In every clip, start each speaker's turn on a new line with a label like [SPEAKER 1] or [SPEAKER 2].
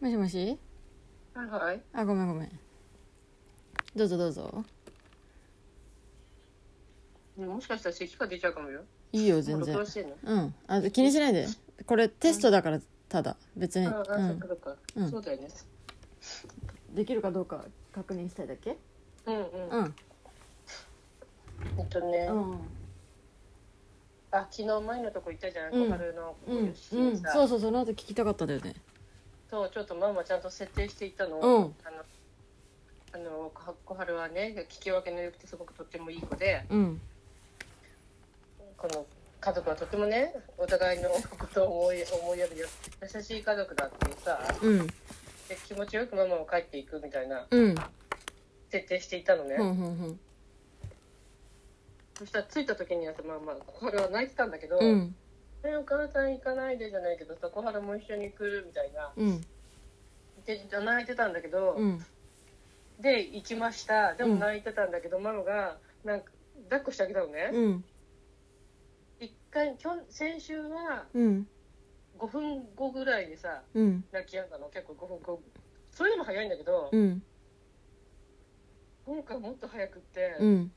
[SPEAKER 1] もしもし
[SPEAKER 2] はいはい。
[SPEAKER 1] あごめんごめんどうぞどうぞ
[SPEAKER 2] ねもしかしたら咳が出ちゃうかもよ。
[SPEAKER 1] いいよ全
[SPEAKER 2] 録
[SPEAKER 1] 然
[SPEAKER 2] 音してんの。
[SPEAKER 1] うんあ気にしないでこれテストだからただ別に、
[SPEAKER 2] ああ、
[SPEAKER 1] う
[SPEAKER 2] そっ
[SPEAKER 1] ん
[SPEAKER 2] か、そっか
[SPEAKER 1] うん。
[SPEAKER 2] そうだよね。
[SPEAKER 1] できるかどうか確認したいだけ
[SPEAKER 2] うんうん。
[SPEAKER 1] うん
[SPEAKER 2] えっとね
[SPEAKER 1] う、ん
[SPEAKER 2] あ、昨日前のとこ行ったじゃん。
[SPEAKER 1] うん
[SPEAKER 2] 小春の
[SPEAKER 1] うん、うん、
[SPEAKER 2] しさ
[SPEAKER 1] そうそうその後聞きたかったんだよね
[SPEAKER 2] そう、ちょっとママちゃんと設定していったの。
[SPEAKER 1] うん
[SPEAKER 2] あの、あの、か小春はね、聞き分けの良くてすごくとってもいい子で、
[SPEAKER 1] うん
[SPEAKER 2] この家族はとってもね、お互いのことを思い思いやるよ優しい家族だっていうさ、
[SPEAKER 1] うん
[SPEAKER 2] で気持ちよくママを帰っていくみたいな
[SPEAKER 1] うん
[SPEAKER 2] 設定していたのね。
[SPEAKER 1] ほんほんほん
[SPEAKER 2] そしたら着いた時にはさまあまあ小春は泣いてたんだけど、
[SPEAKER 1] うん
[SPEAKER 2] えお母さん行かないでじゃないけどさ小春も一緒に来るみたいな
[SPEAKER 1] うん
[SPEAKER 2] で泣いてたんだけど、
[SPEAKER 1] うん
[SPEAKER 2] で行きましたでも
[SPEAKER 1] うん
[SPEAKER 2] 泣いてたんだけど、ママがなんか抱っこしてあげたのね、
[SPEAKER 1] うん
[SPEAKER 2] 一回きょ先週は
[SPEAKER 1] うん
[SPEAKER 2] 5分後ぐらいにさ
[SPEAKER 1] うん
[SPEAKER 2] 泣きやんだの結構5分後それでも早いんだけど、
[SPEAKER 1] うん
[SPEAKER 2] 今回もっと早くって、
[SPEAKER 1] うん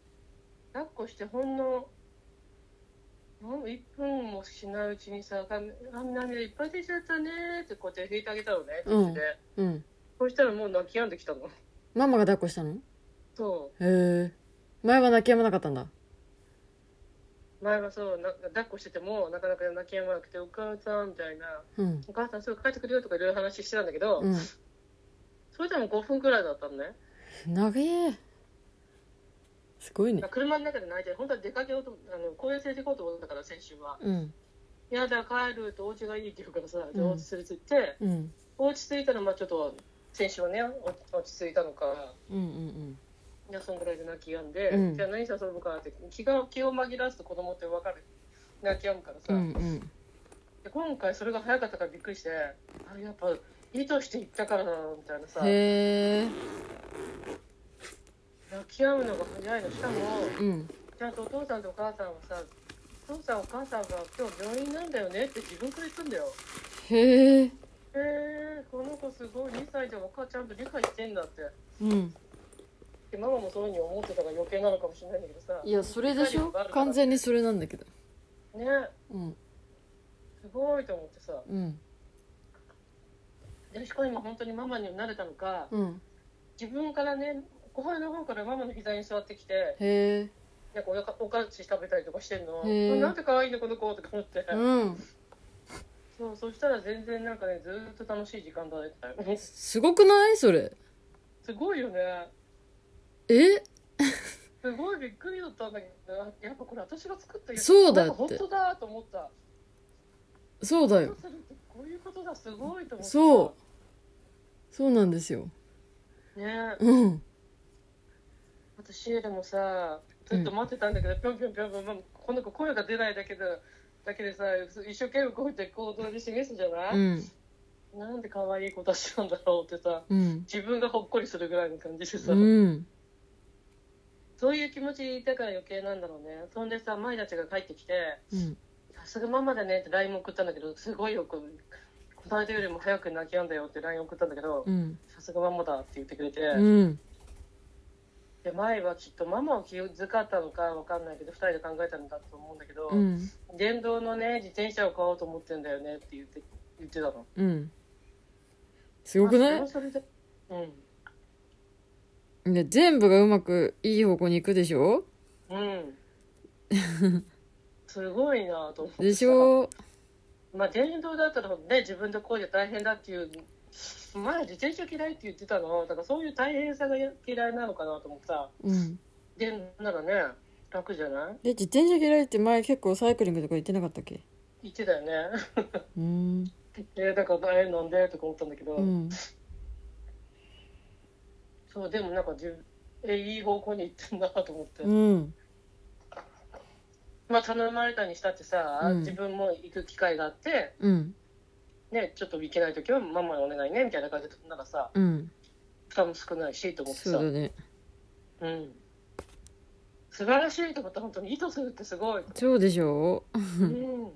[SPEAKER 2] 抱っこしてほんのなん1分もしないうちにさ「あ涙いっぱい出ちゃったね」ってこうやって拭いてあげたのね
[SPEAKER 1] うん
[SPEAKER 2] 途中で、
[SPEAKER 1] うん
[SPEAKER 2] そしたらもう泣き止んできたの
[SPEAKER 1] ママが抱っこしたのへ
[SPEAKER 2] そ
[SPEAKER 1] え前は泣き止まなかったんだ
[SPEAKER 2] う前はそうな抱っこしててもなかなか泣き止まなくて「お母さん」みたいな
[SPEAKER 1] うん
[SPEAKER 2] 「お母さんすぐ帰ってくるよ」とかいろいろ話してたんだけど、
[SPEAKER 1] うん
[SPEAKER 2] それでも5分くらいだったのね
[SPEAKER 1] 長えすごいね
[SPEAKER 2] 車の中で泣いて本当は出かけようとあの公園連れて行こうと思ったから先週は
[SPEAKER 1] うん
[SPEAKER 2] 「やだ帰る」とお家がいいって言うからさで
[SPEAKER 1] うん
[SPEAKER 2] お家連れて行って、
[SPEAKER 1] うん
[SPEAKER 2] お家着いたらまあちょっと先週はね落落ち着いたのか
[SPEAKER 1] うんうん
[SPEAKER 2] いやそんぐらいで泣き止んで、
[SPEAKER 1] うん
[SPEAKER 2] じゃあ何して遊ぶかって気が気を紛らわすと子供って分かる泣き止むからさ、
[SPEAKER 1] うんうん
[SPEAKER 2] で今回それが早かったからびっくりしてあやっぱ意図して行ったからなみたいなさ泣
[SPEAKER 1] へえ
[SPEAKER 2] き止むのが早いのしかも
[SPEAKER 1] うん
[SPEAKER 2] ちゃんとお父さんとお母さんはさお父さんお母さんが今日病院なんだよねって自分から言ったんだよ
[SPEAKER 1] へえ
[SPEAKER 2] へえこの子すごい2歳でお母ちゃんと理解してんだって
[SPEAKER 1] うん
[SPEAKER 2] でママもそういうふうに思ってたから余計なのかもしれないんだけどさ
[SPEAKER 1] いやそれでしょ完全にそれなんだけど
[SPEAKER 2] ね
[SPEAKER 1] うん
[SPEAKER 2] すごいと思ってさ
[SPEAKER 1] うん
[SPEAKER 2] でしかも今本当にママになれたのか
[SPEAKER 1] うん
[SPEAKER 2] 自分からね小春の方からママの膝に座ってきて
[SPEAKER 1] へえ
[SPEAKER 2] なんかおやかお菓子食べたりとかしてんの、
[SPEAKER 1] へー
[SPEAKER 2] なんて可愛いのこの子とか思って、
[SPEAKER 1] うん
[SPEAKER 2] そうそしたら全然なんかねずーっと楽しい時間だったよ
[SPEAKER 1] すごくないそれ
[SPEAKER 2] すごいよね
[SPEAKER 1] え
[SPEAKER 2] すごいびっくりだったんだけどあやっぱこれ私が作ったやつ
[SPEAKER 1] そうだって
[SPEAKER 2] なんか本当だと思った
[SPEAKER 1] そうだ
[SPEAKER 2] ど
[SPEAKER 1] よ
[SPEAKER 2] うするってこういうことだすごいと思って
[SPEAKER 1] そうそうなんですよ
[SPEAKER 2] うねえ
[SPEAKER 1] うん
[SPEAKER 2] あとシエルもさずっと待ってたんだけどぴょんぴょんぴょんぴょんまあこの子声が出ないだけでだけでさ一生懸命こうやって行動で示すじゃな
[SPEAKER 1] う
[SPEAKER 2] い、
[SPEAKER 1] ん
[SPEAKER 2] なんで可愛い子たちなんだろうってさ
[SPEAKER 1] うん
[SPEAKER 2] 自分がほっこりするぐらいの感じでさ、
[SPEAKER 1] うん
[SPEAKER 2] そういう気持ちだから余計なんだろうねそんでさ舞たちが帰ってきて
[SPEAKER 1] うん
[SPEAKER 2] 「さすがママだね」って LINE も送ったんだけどすごいよくこの間よりも早く泣き止んだよって LINE 送ったんだけど
[SPEAKER 1] うん
[SPEAKER 2] 「さすがママだ」って言ってくれて、
[SPEAKER 1] うん
[SPEAKER 2] で前はきっとママを気遣ったのかわかんないけど2人で考えたんだと思うんだけど、
[SPEAKER 1] うん
[SPEAKER 2] 電動のね自転車を買おうと思ってんだよねって言って言ってたの
[SPEAKER 1] うんすごくない
[SPEAKER 2] あそれはそれでうん
[SPEAKER 1] いや全部がうまくいい方向に行くでしょ
[SPEAKER 2] うん。 すごいなと思って。
[SPEAKER 1] でし。ょ
[SPEAKER 2] まあ、電動だったらね、自分でこうで大変だっていう、前自転車嫌いって言ってたの、だからそういう大変さが嫌いなのかなと思ってさ、
[SPEAKER 1] うん
[SPEAKER 2] 電動ならね、楽じゃない
[SPEAKER 1] で自転車嫌いって前結構サイクリングとか行ってなかったっけ
[SPEAKER 2] 言ってたよね。
[SPEAKER 1] うん
[SPEAKER 2] え、だから大変なんでとか思ったんだけど、
[SPEAKER 1] うん
[SPEAKER 2] そう、でもなんかじゅ、え、いい方向に行ってんなと思って。
[SPEAKER 1] うん
[SPEAKER 2] まあ、頼まれたにしたってさ、
[SPEAKER 1] うん
[SPEAKER 2] 自分も行く機会があって、
[SPEAKER 1] うん
[SPEAKER 2] ね、ちょっと行けない時はママにお願いね、みたいな感じで、なんかさ、
[SPEAKER 1] うん
[SPEAKER 2] 負荷も少ないしと思って
[SPEAKER 1] そ
[SPEAKER 2] さ。
[SPEAKER 1] うだね
[SPEAKER 2] うん素晴らしいと思った本当に意図するってすごい、
[SPEAKER 1] そうでしょ
[SPEAKER 2] うん、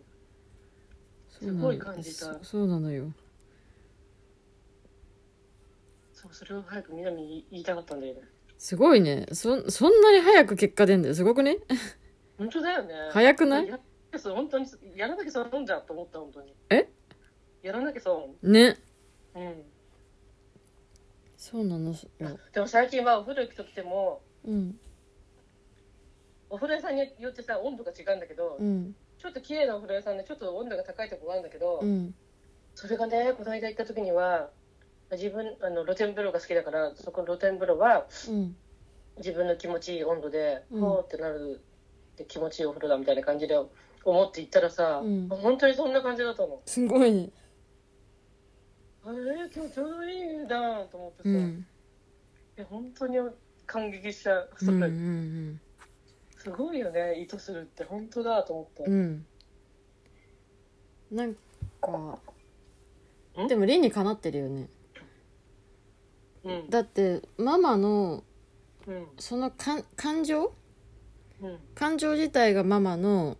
[SPEAKER 1] そうなの
[SPEAKER 2] すごい感じた
[SPEAKER 1] そそうなのよ
[SPEAKER 2] そうそれを早くみんなに言いたかったんだよね
[SPEAKER 1] すごいね。そ、そんなに早く結果出んだよ。すごくね
[SPEAKER 2] 本当だよね
[SPEAKER 1] 早くない
[SPEAKER 2] やそう本当にやらなきゃそうもんじゃと思った本当に
[SPEAKER 1] え
[SPEAKER 2] やらなきゃそう
[SPEAKER 1] ね。
[SPEAKER 2] もんうん
[SPEAKER 1] そうなのよ。
[SPEAKER 2] でも最近はお風呂行く時でも
[SPEAKER 1] うん。
[SPEAKER 2] お風呂屋さんによってさ温度が違うんだけど、
[SPEAKER 1] うん。
[SPEAKER 2] ちょっと綺麗なお風呂屋さんでちょっと温度が高いとこがあるんだけど、
[SPEAKER 1] うん。
[SPEAKER 2] それがねこの間行った時には自分あの露天風呂が好きだからそこの露天風呂は
[SPEAKER 1] うん。
[SPEAKER 2] 自分の気持ちいい温度で、
[SPEAKER 1] うん
[SPEAKER 2] ほーってなるで気持ちいいお風呂だみたいな感じで思って行ったらさ、
[SPEAKER 1] うん
[SPEAKER 2] 本当にそんな感じだったの。
[SPEAKER 1] すごいね。
[SPEAKER 2] あれ今日ちょうどいいなと思ってさ、
[SPEAKER 1] う
[SPEAKER 2] い
[SPEAKER 1] ん。
[SPEAKER 2] や本当に感激した、
[SPEAKER 1] うん。うん。
[SPEAKER 2] すごいよね意図するって本当だと思った、
[SPEAKER 1] うん。うんなんか
[SPEAKER 2] ん、
[SPEAKER 1] でも理にかなってるよね。
[SPEAKER 2] うん
[SPEAKER 1] だって、ママの、
[SPEAKER 2] うん
[SPEAKER 1] そのかん感情
[SPEAKER 2] うん
[SPEAKER 1] 感情自体がママの、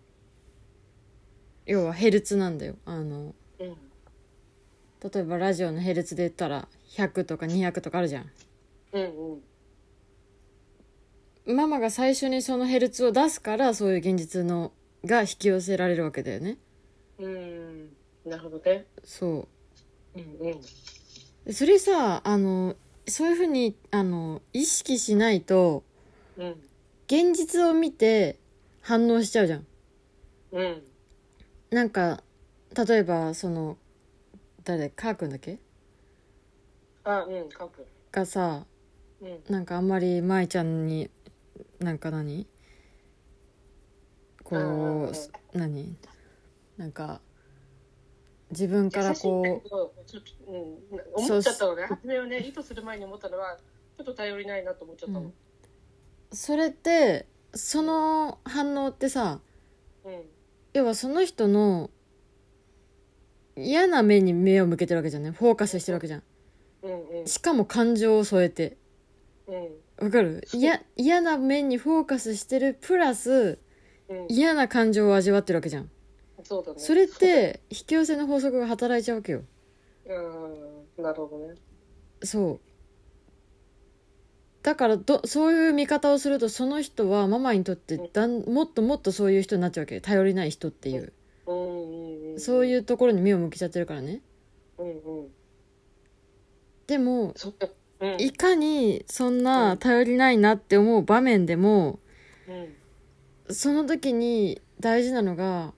[SPEAKER 1] 要はヘルツなんだよ。あの、
[SPEAKER 2] うん
[SPEAKER 1] 例えばラジオのヘルツで言ったら100とか200とかあるじゃん
[SPEAKER 2] うんうん
[SPEAKER 1] ママが最初にそのヘルツを出すからそういう現実のが引き寄せられるわけだよね
[SPEAKER 2] うんなるほどね
[SPEAKER 1] そ
[SPEAKER 2] うんうん
[SPEAKER 1] うでそれさあのそういうふうにあの意識しないと
[SPEAKER 2] うん
[SPEAKER 1] 現実を見て反応しちゃうじゃん
[SPEAKER 2] うん
[SPEAKER 1] なんか例えばその誰カー君だっけ
[SPEAKER 2] あうん書く
[SPEAKER 1] がさ
[SPEAKER 2] うん
[SPEAKER 1] なんかあんまり舞ちゃんになんか何こ
[SPEAKER 2] うんうんう
[SPEAKER 1] うんす何なんか自分からこ
[SPEAKER 2] うちょっと、うん、思っちゃったのね初めはね意図する前に思ったのはちょっと頼りないなと思っちゃったの
[SPEAKER 1] うそれってその反応ってさ
[SPEAKER 2] うん
[SPEAKER 1] 要はその人の嫌な目に目を向けてるわけじゃないフォーカスしてるわけじゃん
[SPEAKER 2] うんうん
[SPEAKER 1] しかも感情を添えて
[SPEAKER 2] うん
[SPEAKER 1] わかるいや嫌な面にフォーカスしてるプラス
[SPEAKER 2] うん
[SPEAKER 1] 嫌な感情を味わってるわけじゃん
[SPEAKER 2] そうだね
[SPEAKER 1] それって引き寄せの法則が働いちゃうわけよ
[SPEAKER 2] うんなるほどね
[SPEAKER 1] そうだからどそういう見方をするとその人はママにとってだんもっともっとそういう人になっちゃうわけ頼りない人っていう
[SPEAKER 2] うんうんうん
[SPEAKER 1] そういううところに目を向けちゃってるからね
[SPEAKER 2] うんうん
[SPEAKER 1] でも
[SPEAKER 2] そっかうん
[SPEAKER 1] いかにそんな頼りないなって思う場面でも
[SPEAKER 2] うん
[SPEAKER 1] その時に大事なのが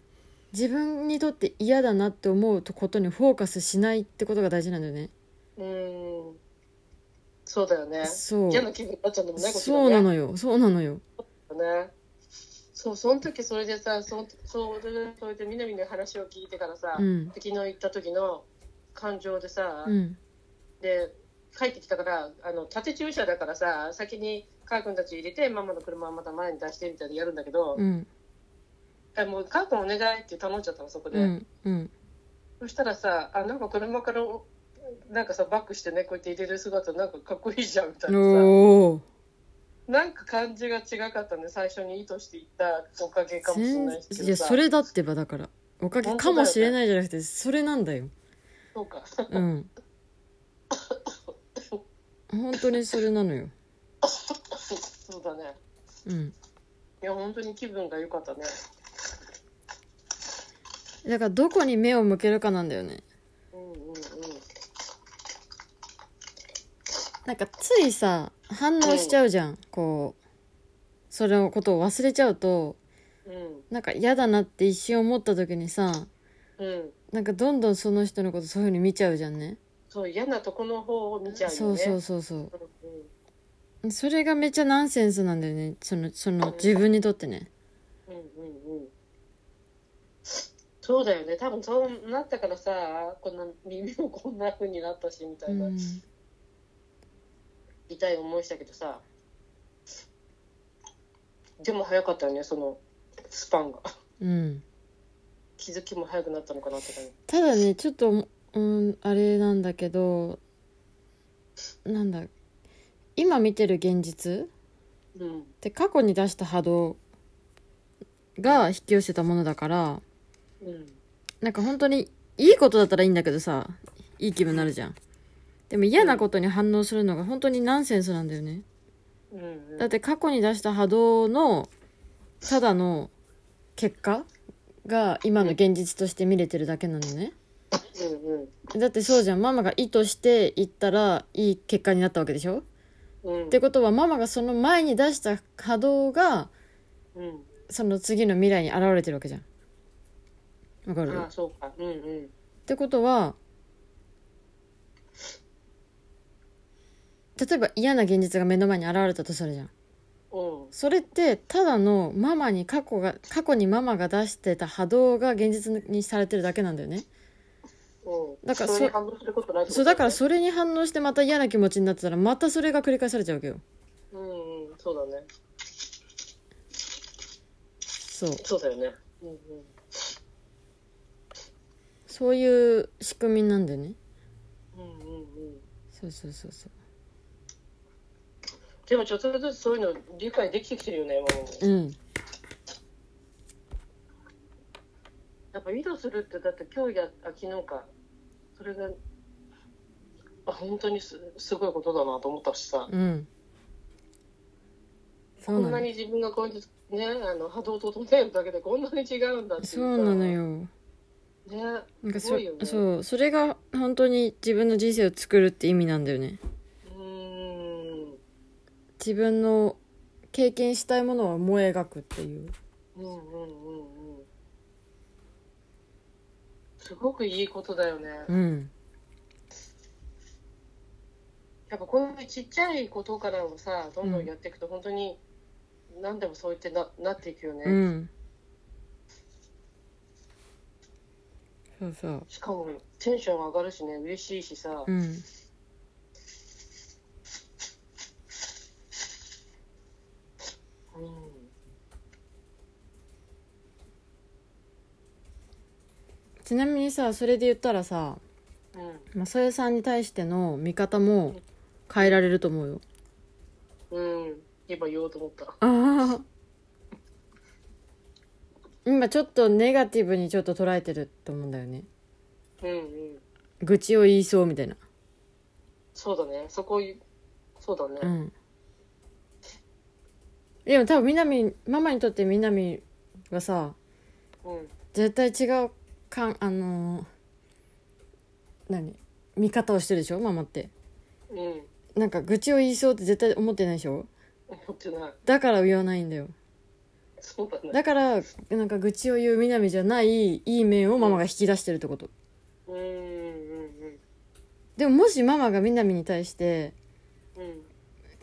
[SPEAKER 1] 自分にとって嫌だなって思うことにフォーカスしないってことが大事なんだよね
[SPEAKER 2] うんそうだよね
[SPEAKER 1] そう
[SPEAKER 2] 嫌な気分になっちゃうんだもんねこっちがね
[SPEAKER 1] そうなのよそうなのよ
[SPEAKER 2] ね。そう、その時それでさ、そそうそれでそれでみなみの話を聞いてからさ、
[SPEAKER 1] うん
[SPEAKER 2] 昨日行った時の感情でさ、
[SPEAKER 1] うん
[SPEAKER 2] で帰ってきたからあの縦駐車だからさ、先にカー君たち入れてママの車をまた前に出してみたいにやるんだけど、
[SPEAKER 1] うん
[SPEAKER 2] あもうカー君お願いって頼んじゃったのそこで、
[SPEAKER 1] うんうん
[SPEAKER 2] そしたらさ、あなんか車からなんかさバックしてねこうやって入れる姿なんかかっこいいじゃんみたいなさ。
[SPEAKER 1] おお
[SPEAKER 2] なんか感じが違かったね最初に意図していったおかげかもしれないですけどさ
[SPEAKER 1] いやそれだってばだからおかげかもしれないじゃなくてそれなんだよ
[SPEAKER 2] そうか
[SPEAKER 1] うん本当にそれなのよ
[SPEAKER 2] そうだね。
[SPEAKER 1] うん
[SPEAKER 2] いや、本当に気分が良かったね。
[SPEAKER 1] だからどこに目を向けるかなんだよね
[SPEAKER 2] うんうんうん。
[SPEAKER 1] なんかついさ反応しちゃうじゃんこうそれのことを忘れちゃうと
[SPEAKER 2] うん
[SPEAKER 1] なんか嫌だなって一瞬思った時にさ
[SPEAKER 2] うん。
[SPEAKER 1] なんかどんどんその人のことそういうふうに見ちゃうじゃんね
[SPEAKER 2] そう、嫌なとこの方を見ちゃう
[SPEAKER 1] そ
[SPEAKER 2] よ
[SPEAKER 1] う
[SPEAKER 2] ね。
[SPEAKER 1] そうそうそ
[SPEAKER 2] うんうん
[SPEAKER 1] うそれがめっちゃナンセンスなんだよねそのその自分にとってね
[SPEAKER 2] うんうんうん。そうだよね。多分そうなったからさ、こんな耳もこんな風になったし、みた
[SPEAKER 1] う
[SPEAKER 2] いな、
[SPEAKER 1] ん
[SPEAKER 2] 痛い思いしたけどさ。でも早かったよね、そのスパンが。
[SPEAKER 1] うん
[SPEAKER 2] 気づきも早くなったのかなって感じ。
[SPEAKER 1] ただねちょっと、うん、あれなんだけどなんだ今見てる現実
[SPEAKER 2] うん。
[SPEAKER 1] って過去に出した波動が引き寄せたものだから
[SPEAKER 2] うん。
[SPEAKER 1] なんか本当にいいことだったらいいんだけどさいい気分になるじゃんでも嫌なことに反応するのが本当にナンセンスなんだよね
[SPEAKER 2] うんうん
[SPEAKER 1] だって過去に出した波動のただの結果が今の現実として見れてるだけなのね
[SPEAKER 2] うん
[SPEAKER 1] だってそうじゃんママが意図して言ったらいい結果になったわけでしょ
[SPEAKER 2] うんうん
[SPEAKER 1] ってことはママがその前に出した波動が
[SPEAKER 2] うん
[SPEAKER 1] その次の未来に現れてるわけじゃんわかる、
[SPEAKER 2] あ
[SPEAKER 1] っ
[SPEAKER 2] あそうかうんうん
[SPEAKER 1] てことは例えば嫌な現実が目の前に現れたとするじゃん
[SPEAKER 2] うん
[SPEAKER 1] それってただのママに過去が過去にママが出してた波動が現実にされてるだけなんだよね
[SPEAKER 2] うん
[SPEAKER 1] だから
[SPEAKER 2] そ
[SPEAKER 1] そ
[SPEAKER 2] れに反応することないってこと
[SPEAKER 1] そうだからそれに反応してまた嫌な気持ちになってたらまたそれが繰り返されちゃうわけよ
[SPEAKER 2] うんうんそうだね
[SPEAKER 1] そう
[SPEAKER 2] そうだよねうんうん
[SPEAKER 1] そういう仕組みなんだよね
[SPEAKER 2] うんうんうん
[SPEAKER 1] そうそうそうそう
[SPEAKER 2] でもちょっとずつそういうの理解できてきてるよねもう
[SPEAKER 1] うん
[SPEAKER 2] やっぱ移動するってだって今日やあ昨日かそれがあ本当にすすごいことだなと思ったしさ、
[SPEAKER 1] うんそ
[SPEAKER 2] こ
[SPEAKER 1] うんな
[SPEAKER 2] な
[SPEAKER 1] の
[SPEAKER 2] に自分がこうやってねあの波動と整えるだけでこんなに違うんだってい
[SPEAKER 1] そ
[SPEAKER 2] か
[SPEAKER 1] うなのよ
[SPEAKER 2] ね
[SPEAKER 1] なんか
[SPEAKER 2] す
[SPEAKER 1] そ
[SPEAKER 2] ごいよね
[SPEAKER 1] そうそれが本当に自分の人生を作るって意味なんだよね
[SPEAKER 2] うーん
[SPEAKER 1] 自分の経験したいものを思い描くっていう
[SPEAKER 2] うんうんうんうんすごくいいことだよね、
[SPEAKER 1] うん
[SPEAKER 2] やっぱこういうちっちゃいことからをさどんどんやっていくと本当に何でもそう言ってななっていくよね、
[SPEAKER 1] うんそうそう
[SPEAKER 2] しかもテンション上がるしね嬉しいしさ、
[SPEAKER 1] うん
[SPEAKER 2] うん
[SPEAKER 1] ちなみにさそれで言ったらさ
[SPEAKER 2] うん
[SPEAKER 1] まあそよさんに対しての見方も変えられると思うよ
[SPEAKER 2] うん、今言おうと思った
[SPEAKER 1] ああ 今ちょっとネガティブにちょっと捉えてると思うんだよね
[SPEAKER 2] うんうん
[SPEAKER 1] 愚痴を言いそうみたいな
[SPEAKER 2] そうだねそこそうだね、
[SPEAKER 1] うんでも多分みなみママにとってみなみはさ
[SPEAKER 2] うん
[SPEAKER 1] 絶対違うかんあのー何見方をしてるでしょママって
[SPEAKER 2] うん
[SPEAKER 1] なんか愚痴を言いそうって絶対思ってないでしょ
[SPEAKER 2] 思ってない
[SPEAKER 1] だから言わないんだよ
[SPEAKER 2] そうだね
[SPEAKER 1] だからなんか愚痴を言うみなみじゃないいい面をママが引き出してるってこと
[SPEAKER 2] うんうん
[SPEAKER 1] でももしママがみなみに対して
[SPEAKER 2] うんうん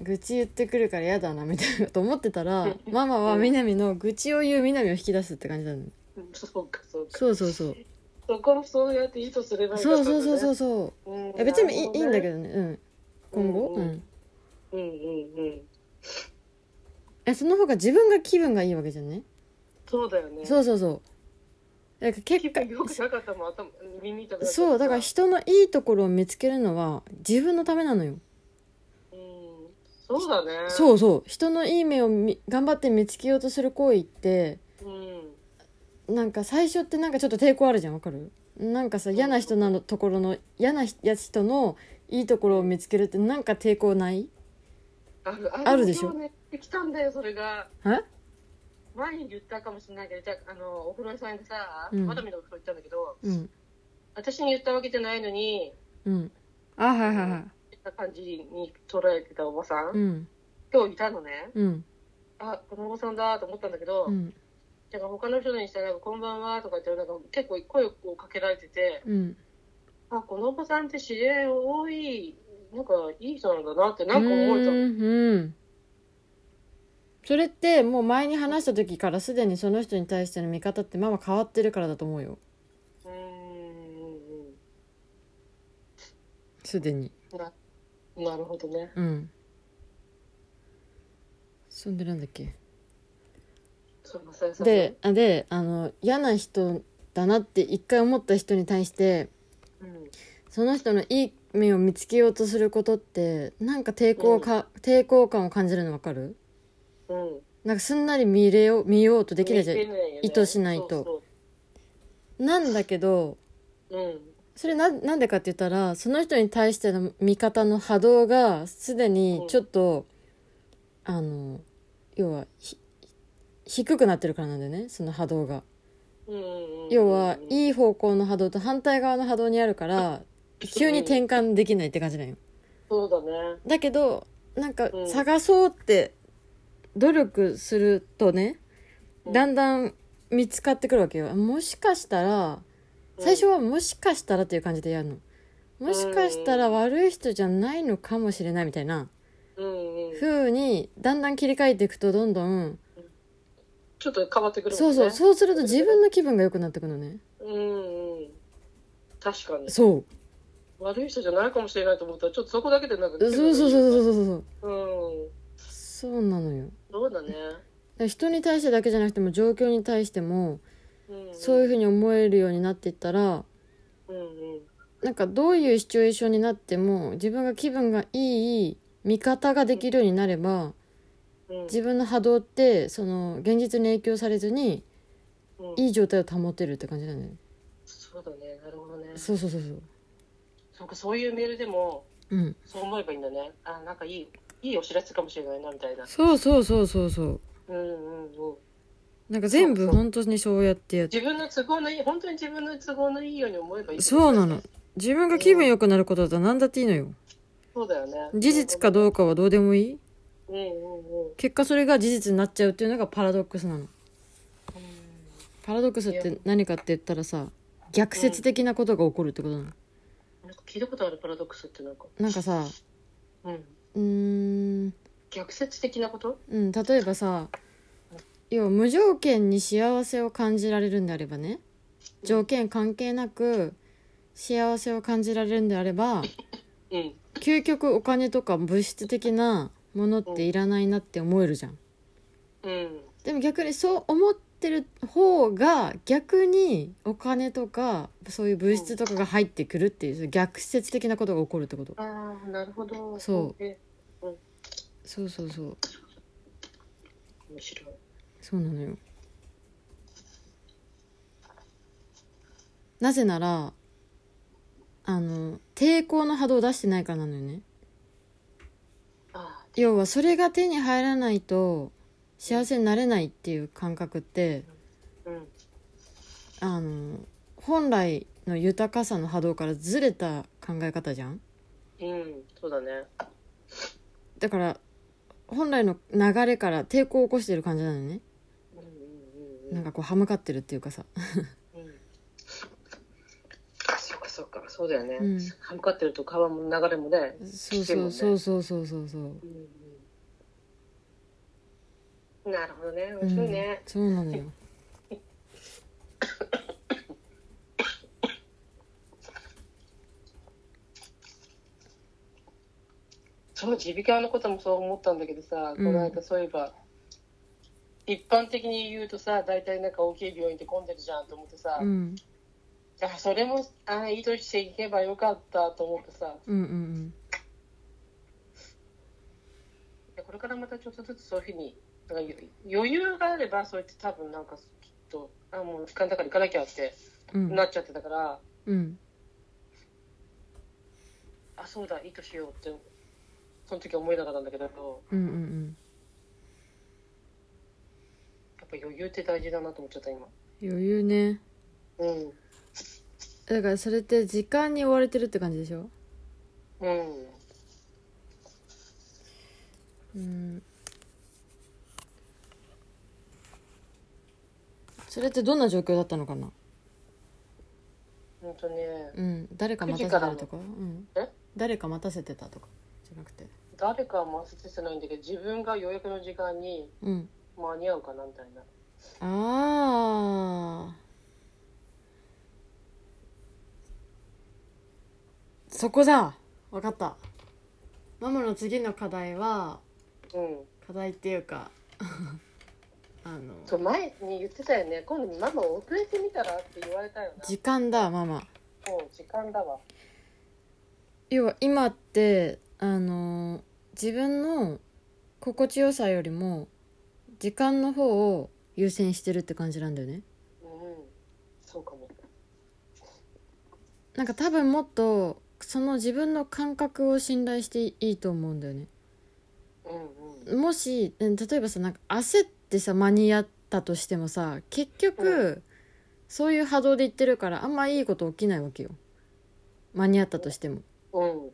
[SPEAKER 1] 愚痴言ってくるから嫌だなみたいなこと思ってた らママはみなみの愚痴を言うみなみを引き出すって感じなの
[SPEAKER 2] うんそうかそうか
[SPEAKER 1] そうそうそう
[SPEAKER 2] そこもそうやって意図すればいいんだ
[SPEAKER 1] そうそうそうそううそう
[SPEAKER 2] うん
[SPEAKER 1] いや別にいい,、いいんだけ
[SPEAKER 2] ど
[SPEAKER 1] どねうん今後
[SPEAKER 2] う
[SPEAKER 1] うんん、
[SPEAKER 2] うんうんうんうん
[SPEAKER 1] えその方が自分が気分がいいわけじゃんね
[SPEAKER 2] そうだよね
[SPEAKER 1] そううそうそうだから結
[SPEAKER 2] 結
[SPEAKER 1] 果
[SPEAKER 2] 構よくなかったもん頭耳痛くなっちゃった
[SPEAKER 1] そうだから人のいいところを見つけるのは自分のためなのよ
[SPEAKER 2] うんそうだね
[SPEAKER 1] そうそう人のいい面をみ頑張って見つけようとする行為って
[SPEAKER 2] うん
[SPEAKER 1] なんか最初ってなんかちょっと抵抗あるじゃんわかるなんかさ嫌な人なのところの嫌なひや人のいいところを見つけるってなんか抵抗ない
[SPEAKER 2] あるあ
[SPEAKER 1] あるでしょ
[SPEAKER 2] 今日ねできたんだよそれが
[SPEAKER 1] え
[SPEAKER 2] 前に言ったかもしれないけどじゃああのお風呂屋さんでさ、
[SPEAKER 1] うん
[SPEAKER 2] まだ見のお風呂行ったんだけど
[SPEAKER 1] うん
[SPEAKER 2] 私に言ったわけじゃないのに
[SPEAKER 1] うんあはいはいはい
[SPEAKER 2] 言った感じに捉えてたおばさん、
[SPEAKER 1] うん
[SPEAKER 2] 今日いたのね
[SPEAKER 1] うん
[SPEAKER 2] あこのおばさんだと思ったんだけど、
[SPEAKER 1] うん
[SPEAKER 2] だから他の人にしたら「こんばんは」とか言ってなんか結構声をかけられてて
[SPEAKER 1] うん
[SPEAKER 2] あこのおばさんって知り合い多いなんかいい人なんだなってなんか思えた
[SPEAKER 1] う
[SPEAKER 2] の
[SPEAKER 1] んうんそれってもう前に話した時からすでにその人に対しての見方ってママ変わってるからだと思うよ
[SPEAKER 2] うーん
[SPEAKER 1] すでに
[SPEAKER 2] ななるほどね
[SPEAKER 1] うんそんでなんだっけ
[SPEAKER 2] それもさやさん
[SPEAKER 1] であであの嫌な人だなって一回思った人に対して
[SPEAKER 2] うん
[SPEAKER 1] その人のいい面を見つけようとすることってなんか抵抗か、抵抗感を感じるの分かる
[SPEAKER 2] うん
[SPEAKER 1] なんかすんなり見れよう見ようとできないじゃ
[SPEAKER 2] 見てよね
[SPEAKER 1] 意図しないと
[SPEAKER 2] そうん
[SPEAKER 1] なんだけど
[SPEAKER 2] そううん
[SPEAKER 1] それななんでかって言ったらその人に対しての見方の波動がすでにちょっと、あの要はひ低くなってるからなんだよねその波動が。
[SPEAKER 2] うんうんうん
[SPEAKER 1] 要はいい方向の波動と反対側の波動にあるから急に転換できないって感じなんよ。
[SPEAKER 2] そうだね
[SPEAKER 1] だけどなんか
[SPEAKER 2] うん
[SPEAKER 1] 探そうって努力するとね
[SPEAKER 2] うん
[SPEAKER 1] だんだん見つかってくるわけよもしかしたら最初はもしかしたらっていう感じでやるのもしかしたら悪い人じゃないのかもしれないみたいな
[SPEAKER 2] うんうん
[SPEAKER 1] 風にだんだん切り替えていくとどんどん
[SPEAKER 2] ちょっと変わってくるもん
[SPEAKER 1] そ
[SPEAKER 2] ね
[SPEAKER 1] うそうそうすると自分の気分が良くなってくのね
[SPEAKER 2] うんうん確かに
[SPEAKER 1] そう
[SPEAKER 2] 悪い人じゃないかもしれないと思ったらちょっとそこだけでなんか
[SPEAKER 1] そうそうそうそうそうそうそう
[SPEAKER 2] ううん
[SPEAKER 1] そうなのよ
[SPEAKER 2] そうだね
[SPEAKER 1] だから人に対してだけじゃなくても状況に対しても
[SPEAKER 2] うん
[SPEAKER 1] そういうふうに思えるようになっていったら
[SPEAKER 2] うんうん
[SPEAKER 1] なんかどういうシチュエーションになっても自分が気分がいい見方ができるようになれば
[SPEAKER 2] うん
[SPEAKER 1] 自分の波動ってその現実に影響されずに
[SPEAKER 2] うん
[SPEAKER 1] いい状態を保てるって感じなんだよね
[SPEAKER 2] そうだねなるほどね
[SPEAKER 1] そうそうそうそう
[SPEAKER 2] そうかそういうメールでも
[SPEAKER 1] うん
[SPEAKER 2] そう思えばいいんだねあなんかいいいいお知らせかもしれないなみたいな
[SPEAKER 1] そうそうそうそうそう
[SPEAKER 2] うんうんうん
[SPEAKER 1] なんか全
[SPEAKER 2] そう
[SPEAKER 1] 部
[SPEAKER 2] そう
[SPEAKER 1] 本当にそうやってやって
[SPEAKER 2] 自分の都合のいい本当に自分の都合のいいように思えばいい
[SPEAKER 1] そうなの自分が気分良くなることだったら何だっていいのよ
[SPEAKER 2] そうだよね
[SPEAKER 1] 事実かどうかはどうでもいい
[SPEAKER 2] うんうんうん
[SPEAKER 1] 結果それが事実になっちゃうっていうのがパラドックスなのパラドックスって何かって言ったらさ逆説的なことが起こるってことなの
[SPEAKER 2] なんか聞いたことあるパラドックスってなんか
[SPEAKER 1] なんかさ
[SPEAKER 2] うん
[SPEAKER 1] うーん
[SPEAKER 2] 逆説的なこと
[SPEAKER 1] うん例えばさ要は無条件に幸せを感じられるんであればね条件関係なく幸せを感じられるんであれば
[SPEAKER 2] うん
[SPEAKER 1] 究極お金とか物質的なものっていらないなって思えるじゃん
[SPEAKER 2] うん
[SPEAKER 1] でも逆にそう思ってる方が逆にお金とかそういう物質とかが入ってくるっていうその逆説的なことが起こるってこと
[SPEAKER 2] ああなるほど
[SPEAKER 1] そう
[SPEAKER 2] え
[SPEAKER 1] そうそうそう
[SPEAKER 2] 面白い
[SPEAKER 1] そうなのよなぜならあの抵抗の波動を出してないからなのよね
[SPEAKER 2] あ
[SPEAKER 1] 要はそれが手に入らないと幸せになれないっていう感覚って
[SPEAKER 2] ーうん
[SPEAKER 1] あの本来の豊かさの波動からずれた考え方じゃん
[SPEAKER 2] うんそうだね
[SPEAKER 1] だから本来の流れから抵抗を起こしてる感じなのね
[SPEAKER 2] うんうんうんう
[SPEAKER 1] なん
[SPEAKER 2] ん
[SPEAKER 1] かこう歯向かってるっていうかさ
[SPEAKER 2] うんあそうかそうかそうだよね、
[SPEAKER 1] うん
[SPEAKER 2] 歯向かってると川も流れもね
[SPEAKER 1] そうそうそうそうそうそうそう
[SPEAKER 2] うんうんなるほどね
[SPEAKER 1] う
[SPEAKER 2] 面白いね
[SPEAKER 1] ん、そうなのよ
[SPEAKER 2] そう耳鼻科のこともそう思ったんだけどさ、
[SPEAKER 1] うん
[SPEAKER 2] この間そういえば一般的に言うとさ大体なんか大きい病院って混んでるじゃんと思ってさ、
[SPEAKER 1] うん
[SPEAKER 2] あそれもあいい年していけばよかったと思ってさ
[SPEAKER 1] うんうん
[SPEAKER 2] でこれからまたちょっとずつそういうふうになんか余裕があればそうやって多分なんかきっとあもう時間だから行かなきゃって
[SPEAKER 1] うんうん
[SPEAKER 2] なっちゃってたから、
[SPEAKER 1] うん
[SPEAKER 2] あそうだいい年しようってその時は思えなかったんだけどやっ
[SPEAKER 1] うんうん
[SPEAKER 2] ぱ余裕って大事だなと思っちゃった今
[SPEAKER 1] うん余裕ね
[SPEAKER 2] うん
[SPEAKER 1] だからそれって時間に追われてるって感じでしょ
[SPEAKER 2] うん
[SPEAKER 1] うんそれってどんな状況だったのかな
[SPEAKER 2] 本当ね
[SPEAKER 1] うん誰か待たせてたとかうん
[SPEAKER 2] え
[SPEAKER 1] 誰か待たせてたとかじゃなくて
[SPEAKER 2] 誰かは回せてないんだけど自分が予約の時間に
[SPEAKER 1] うん
[SPEAKER 2] 間に合うかなみたいな
[SPEAKER 1] ああそこだ分かったママの次の課題は
[SPEAKER 2] うん
[SPEAKER 1] 課題っていうか あの
[SPEAKER 2] そう前に言ってたよね今度ママ遅れてみたらって言われたよな
[SPEAKER 1] 時間だママ
[SPEAKER 2] もう時間だわ
[SPEAKER 1] 要は今ってあの自分の心地よさよりも時間の方を優先してるって感じなんだよね
[SPEAKER 2] うんそうかも
[SPEAKER 1] なんか多分もっとその自分の感覚を信頼していいと思うんだよね
[SPEAKER 2] うんうん
[SPEAKER 1] もしうん例えばさなんか焦ってさ間に合ったとしてもさ結局そういう波動で言ってるからあんまいいこと起きないわけよ間に合ったとしても
[SPEAKER 2] うん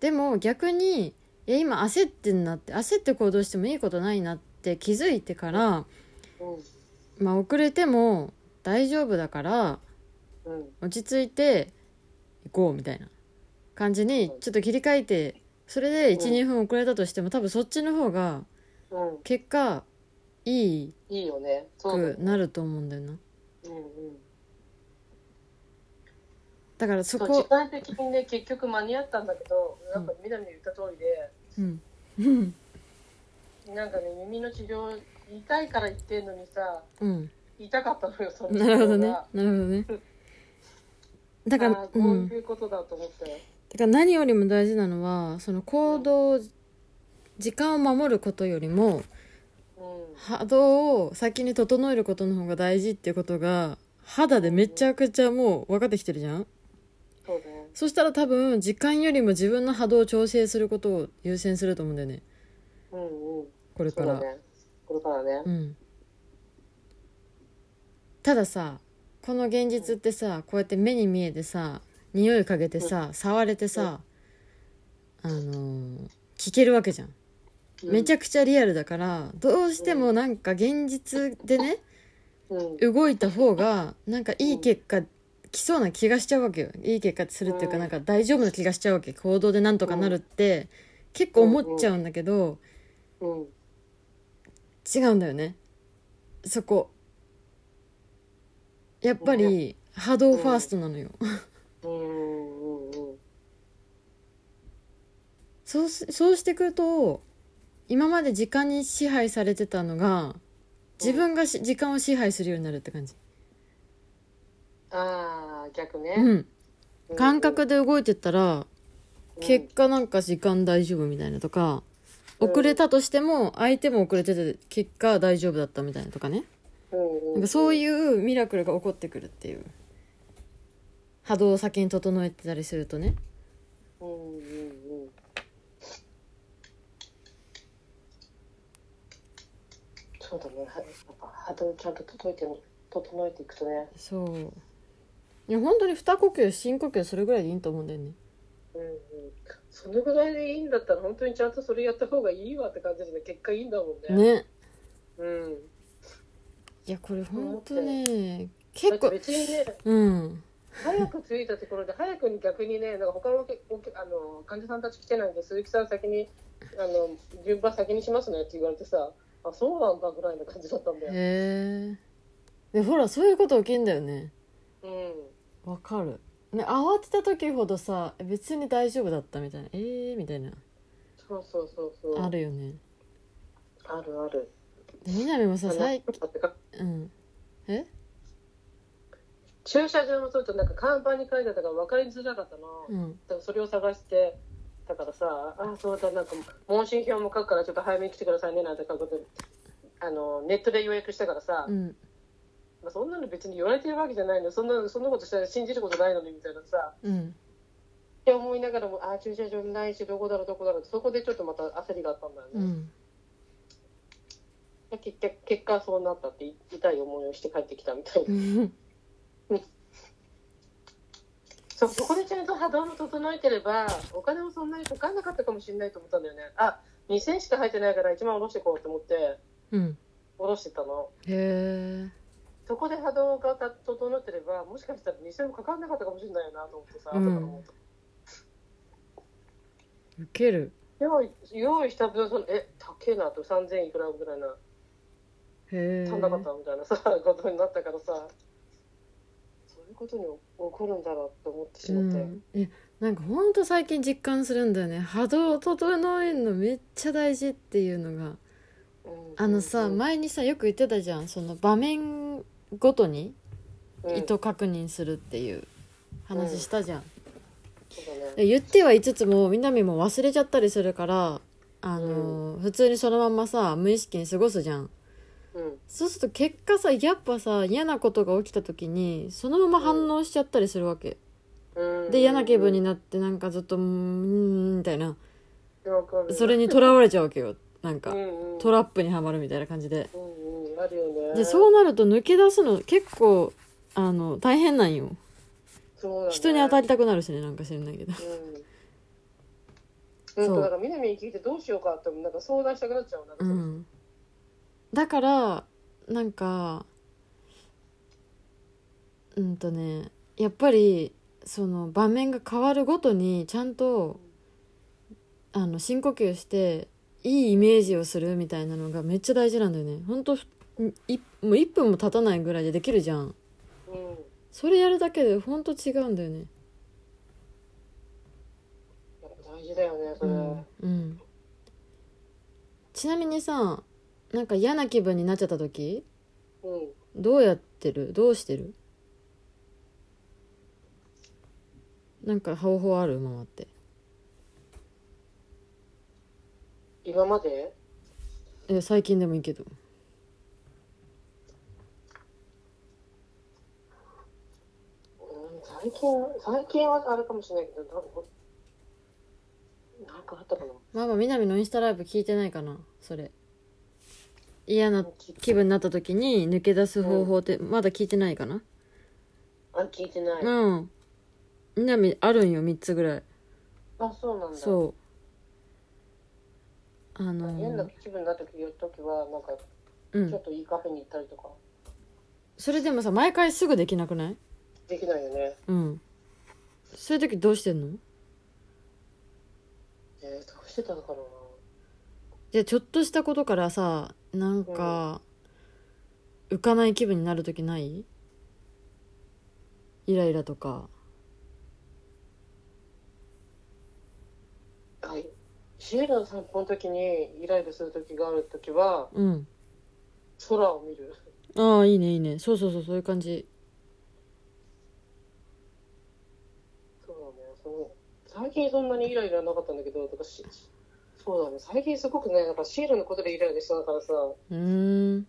[SPEAKER 1] でも逆にいや今焦ってんなって焦って行動してもいいことないなって気づいてから、
[SPEAKER 2] うん
[SPEAKER 1] まあ、遅れても大丈夫だから
[SPEAKER 2] うん
[SPEAKER 1] 落ち着いて行こうみたいな感じにちょっと切り替えてそれで
[SPEAKER 2] うん
[SPEAKER 1] 12分遅れたとしても多分そっちの方が
[SPEAKER 2] うん
[SPEAKER 1] 結果いい
[SPEAKER 2] いいよねそうだ
[SPEAKER 1] く
[SPEAKER 2] ね
[SPEAKER 1] なると思うんだよな
[SPEAKER 2] うんうん
[SPEAKER 1] だからそ
[SPEAKER 2] そう時
[SPEAKER 1] こ
[SPEAKER 2] 間的にね結局間に合ったんだけどなんか南に言った通りで、
[SPEAKER 1] うんうん
[SPEAKER 2] なんかね耳の治療痛いから言ってんのにさ
[SPEAKER 1] うん
[SPEAKER 2] 痛かったのよその
[SPEAKER 1] なるほどね
[SPEAKER 2] が
[SPEAKER 1] なるほど ねだか
[SPEAKER 2] あ
[SPEAKER 1] らう
[SPEAKER 2] ーこうんいうことだと思ったよ、
[SPEAKER 1] だから何よりも大事なのはその行動時間を守ることよりも
[SPEAKER 2] うん
[SPEAKER 1] 波動を先に整えることの方が大事っていうことが肌でめちゃくちゃもう分かってきてるじゃん
[SPEAKER 2] そうね
[SPEAKER 1] そしたら多分時間よりも自分の波動を調整することを優先すると思うんだよね
[SPEAKER 2] うんうん
[SPEAKER 1] これ
[SPEAKER 2] そ
[SPEAKER 1] か
[SPEAKER 2] う
[SPEAKER 1] ら
[SPEAKER 2] だねこれからね
[SPEAKER 1] うんたださこの現実ってさこうやって目に見えてさ匂い嗅げてさ触れてさあのー聞けるわけじゃんめち
[SPEAKER 2] ゃ
[SPEAKER 1] ゃくちゃリアルだからどうしてもなんか現実でね
[SPEAKER 2] うん
[SPEAKER 1] 動いた方がなんかいい結果来そうな気がしちゃうわけよいい結果するっていう
[SPEAKER 2] う
[SPEAKER 1] か
[SPEAKER 2] ん
[SPEAKER 1] なんか大丈夫な気がしちゃうわけ行動でなんとかなるって結構思っちゃうんだけど
[SPEAKER 2] うん
[SPEAKER 1] 違うんだよねそこやっぱり波動ファーストなのよ
[SPEAKER 2] うんうんうん
[SPEAKER 1] そうすそうしてくると今まで時間に支配されてたのが自分がし時間を支配するようになるって感じ
[SPEAKER 2] ああ逆ね、
[SPEAKER 1] うん
[SPEAKER 2] うん
[SPEAKER 1] 感覚で動いてたら
[SPEAKER 2] うん
[SPEAKER 1] 結果なんか時間大丈夫みたいなとか
[SPEAKER 2] うん
[SPEAKER 1] 遅れたとしても相手も遅れてて結果大丈夫だったみたいなとかね
[SPEAKER 2] うん
[SPEAKER 1] なんかそう
[SPEAKER 2] う
[SPEAKER 1] いうミラクルが起こってくるっていう波動を先に整えてたりするとね
[SPEAKER 2] うんうんうんそうだねはやっぱ波動をちゃんと整えて整えていくとね
[SPEAKER 1] そういや本当に二呼吸深呼吸するぐらいでいいと思うんだよね
[SPEAKER 2] うんうんそのぐらいでいいんだったら本当にちゃんとそれやった方がいいわって感じで結果いいんだもんね。
[SPEAKER 1] ね
[SPEAKER 2] うん。
[SPEAKER 1] いやこれ本当ね結
[SPEAKER 2] だっ
[SPEAKER 1] 構
[SPEAKER 2] て別にね
[SPEAKER 1] うん
[SPEAKER 2] 早く着いたところで早くに逆にねなんか他のお客お客あの患者さんたち来てないんで鈴木さん先にあの順番先にしますねって言われてさあそうなんだぐらいの感じだったんだよ。
[SPEAKER 1] へえでほらそういうこと起きんだよね
[SPEAKER 2] うん。
[SPEAKER 1] わかる、ね、慌てた時ほどさ別に大丈夫だったみたいなえー、みたいな
[SPEAKER 2] そうそうそうそう。
[SPEAKER 1] あるよね
[SPEAKER 2] あるある。
[SPEAKER 1] で南も
[SPEAKER 2] あ
[SPEAKER 1] さ
[SPEAKER 2] の
[SPEAKER 1] 最
[SPEAKER 2] ちょっと待ってか
[SPEAKER 1] うんえ
[SPEAKER 2] 駐車場のそうとなんか看板に書いてあったから分かりづらかったな。
[SPEAKER 1] うん
[SPEAKER 2] だからそれを探してだからさあそうだなんか問診票も書くからちょっと早めに来てくださいねなんて書くことあのネットで予約したからさ、
[SPEAKER 1] うん
[SPEAKER 2] まあ、そんなの別に言われてるわけじゃないのそんなそんなことしたら信じることないのにみたいなさ
[SPEAKER 1] うん
[SPEAKER 2] って思いながらもあ駐車場もないしどこだろうどこだろうってそこでちょっとまた焦りがあったんだよね、
[SPEAKER 1] うん
[SPEAKER 2] で結局結果はそうなったってい痛い思いをして帰ってきたみ たいな、
[SPEAKER 1] うん
[SPEAKER 2] そうそこでちゃんと波動も整えてればお金もそんなにかかんなかったかもしれないと思ったんだよねあ2000しか入ってないから1万下ろしてこうと思って
[SPEAKER 1] うん
[SPEAKER 2] 下ろしてたの
[SPEAKER 1] へえ
[SPEAKER 2] そこで波動が整ってればもしかしたら2000もかかんなかったかもしれないよなと思ってさ、
[SPEAKER 1] うん
[SPEAKER 2] 後から思うと
[SPEAKER 1] ウケる
[SPEAKER 2] 用意用意した分そのえ高えなと3000いくらぐらいな
[SPEAKER 1] へえ
[SPEAKER 2] 足んなかったみたいなさ、 ことになったからさそういうことに起こるんだなって思ってし
[SPEAKER 1] う
[SPEAKER 2] まって、
[SPEAKER 1] ん、いやなんかほんと最近実感するんだよね波動を整えるのめっちゃ大事っていうのが
[SPEAKER 2] うん
[SPEAKER 1] あのさ前にさよく言ってたじゃんその場面ごとに
[SPEAKER 2] うん
[SPEAKER 1] 意図確認するっていう話したじゃん
[SPEAKER 2] そうだね
[SPEAKER 1] 言ってはいつつも南も忘れちゃったりするからあのー、普通にそのまんまさ無意識に過ごすじゃん
[SPEAKER 2] うん
[SPEAKER 1] そうすると結果さやっぱさ嫌なことが起きた時にそのまま反応しちゃったりするわけ、
[SPEAKER 2] ううん
[SPEAKER 1] で嫌な気分になってなんかずっと「うーん」みたいな
[SPEAKER 2] わかる
[SPEAKER 1] それにとらわれちゃうわけよなんか
[SPEAKER 2] うんうん
[SPEAKER 1] トラップにはまるみたいな感じで
[SPEAKER 2] うんうんあるよね
[SPEAKER 1] でそうなると抜け出すの結構あの大変なんよ
[SPEAKER 2] そうだね
[SPEAKER 1] 人に当たりたくなるしねなんか知らないけど
[SPEAKER 2] うん、
[SPEAKER 1] そう
[SPEAKER 2] うん、だからみなみに聞いてどうしようかって思うなんか相談したくなっちゃうなんか
[SPEAKER 1] う
[SPEAKER 2] それ
[SPEAKER 1] んだからなんかうんとねやっぱりその場面が変わるごとにちゃんとあの深呼吸していいイメージをするみたいなのがめっちゃ大事なんだよねほんといもう1分も経たないぐらいでできるじゃん
[SPEAKER 2] うん
[SPEAKER 1] それやるだけでほんと違うんだよね
[SPEAKER 2] やっぱ大事だよねそれ、
[SPEAKER 1] うんうんちなみにさなんか嫌な気分になっちゃった時
[SPEAKER 2] うん
[SPEAKER 1] どうやってるどうしてるなんか方法あるママって
[SPEAKER 2] 今まで
[SPEAKER 1] え最近でもいいけど
[SPEAKER 2] うん最近最近はあれかもしれないけどなんかなんかあったかな
[SPEAKER 1] ママみなみのインスタライブ聞いてないかなそれ嫌な気分になった時に抜け出す方法ってまだ聞いてないかな
[SPEAKER 2] あ聞いてない、
[SPEAKER 1] うんみなみあるんよ3つぐらい
[SPEAKER 2] あそうなんだ
[SPEAKER 1] そうあ
[SPEAKER 2] 変な
[SPEAKER 1] の
[SPEAKER 2] 気分になった時時はなんか
[SPEAKER 1] う
[SPEAKER 2] ちょ
[SPEAKER 1] ん
[SPEAKER 2] っといいカフェに行ったりとか
[SPEAKER 1] それでもさ毎回すぐできなくない
[SPEAKER 2] できないよね
[SPEAKER 1] うんそういう時どうしてんの
[SPEAKER 2] えー、どうしてたのかな
[SPEAKER 1] でちょっとしたことからさなんか、浮かない気分になる時ないイライラとか
[SPEAKER 2] はい。シエラの散歩の時にイライラする時がある時は
[SPEAKER 1] うん
[SPEAKER 2] 空を見る。
[SPEAKER 1] ああいいねいいねそうそうそうそういう感じ
[SPEAKER 2] そうだね。その最近そんなにイライラなかったんだけど、だからしそうだね。最近すごくね、なんかシエラのことでイライラしてたからさ、
[SPEAKER 1] うーん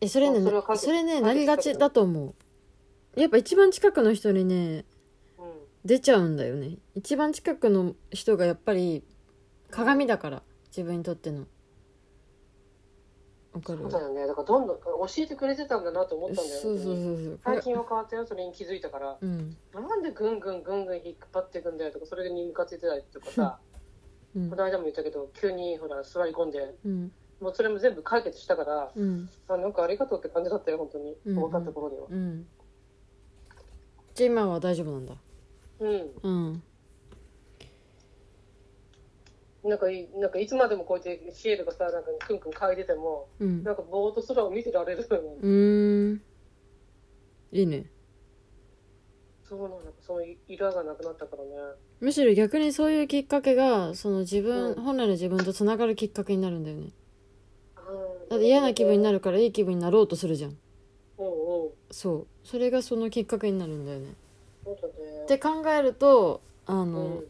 [SPEAKER 1] えそれね
[SPEAKER 2] あそれは
[SPEAKER 1] そ
[SPEAKER 2] 関係
[SPEAKER 1] れね
[SPEAKER 2] 関
[SPEAKER 1] な
[SPEAKER 2] 係
[SPEAKER 1] りがちだと思うやっぱ一番近くの人にね
[SPEAKER 2] うん。
[SPEAKER 1] 出ちゃうんだよね一番近くの人がやっぱり鏡だから自分にとってのわか
[SPEAKER 2] そ
[SPEAKER 1] る
[SPEAKER 2] うだよね。だからどんどん教えてくれてたんだなと思ったんだよ。
[SPEAKER 1] そうそうそうそう
[SPEAKER 2] 最近は変わったよ、それに気づいたから。
[SPEAKER 1] うん
[SPEAKER 2] なんでぐんぐんぐんぐん引っ張っていくんだよとか、それに向かっていってたりとかさ、
[SPEAKER 1] うん
[SPEAKER 2] この間も言ったけど、急にほら、座り込んで、
[SPEAKER 1] うん
[SPEAKER 2] もうそれも全部解決したから、
[SPEAKER 1] うん
[SPEAKER 2] あなんかありがとうって感じだったよ、本当に。
[SPEAKER 1] うんうん
[SPEAKER 2] 分かった頃には。
[SPEAKER 1] うんじゃあ今は大丈夫なんだ
[SPEAKER 2] うん。
[SPEAKER 1] うん
[SPEAKER 2] なんかいなんかいつまでもこうやってシエルがさなんかクンクン嗅いでても
[SPEAKER 1] うん
[SPEAKER 2] なんかぼーっと空を見てられるのよ、
[SPEAKER 1] うーんいいね
[SPEAKER 2] そうなのその色がなくなったからね
[SPEAKER 1] むしろ逆にそういうきっかけがその自分、
[SPEAKER 2] うん
[SPEAKER 1] 本来の自分とつながるきっかけになるんだよね
[SPEAKER 2] うん
[SPEAKER 1] だって嫌な気分にな
[SPEAKER 2] る
[SPEAKER 1] るからいい気分になろうとするじゃん
[SPEAKER 2] うんうん
[SPEAKER 1] そうそれがそのきっかけになるんだよね
[SPEAKER 2] そうだ
[SPEAKER 1] っ
[SPEAKER 2] ね
[SPEAKER 1] て考えるとあ
[SPEAKER 2] う
[SPEAKER 1] の、
[SPEAKER 2] ん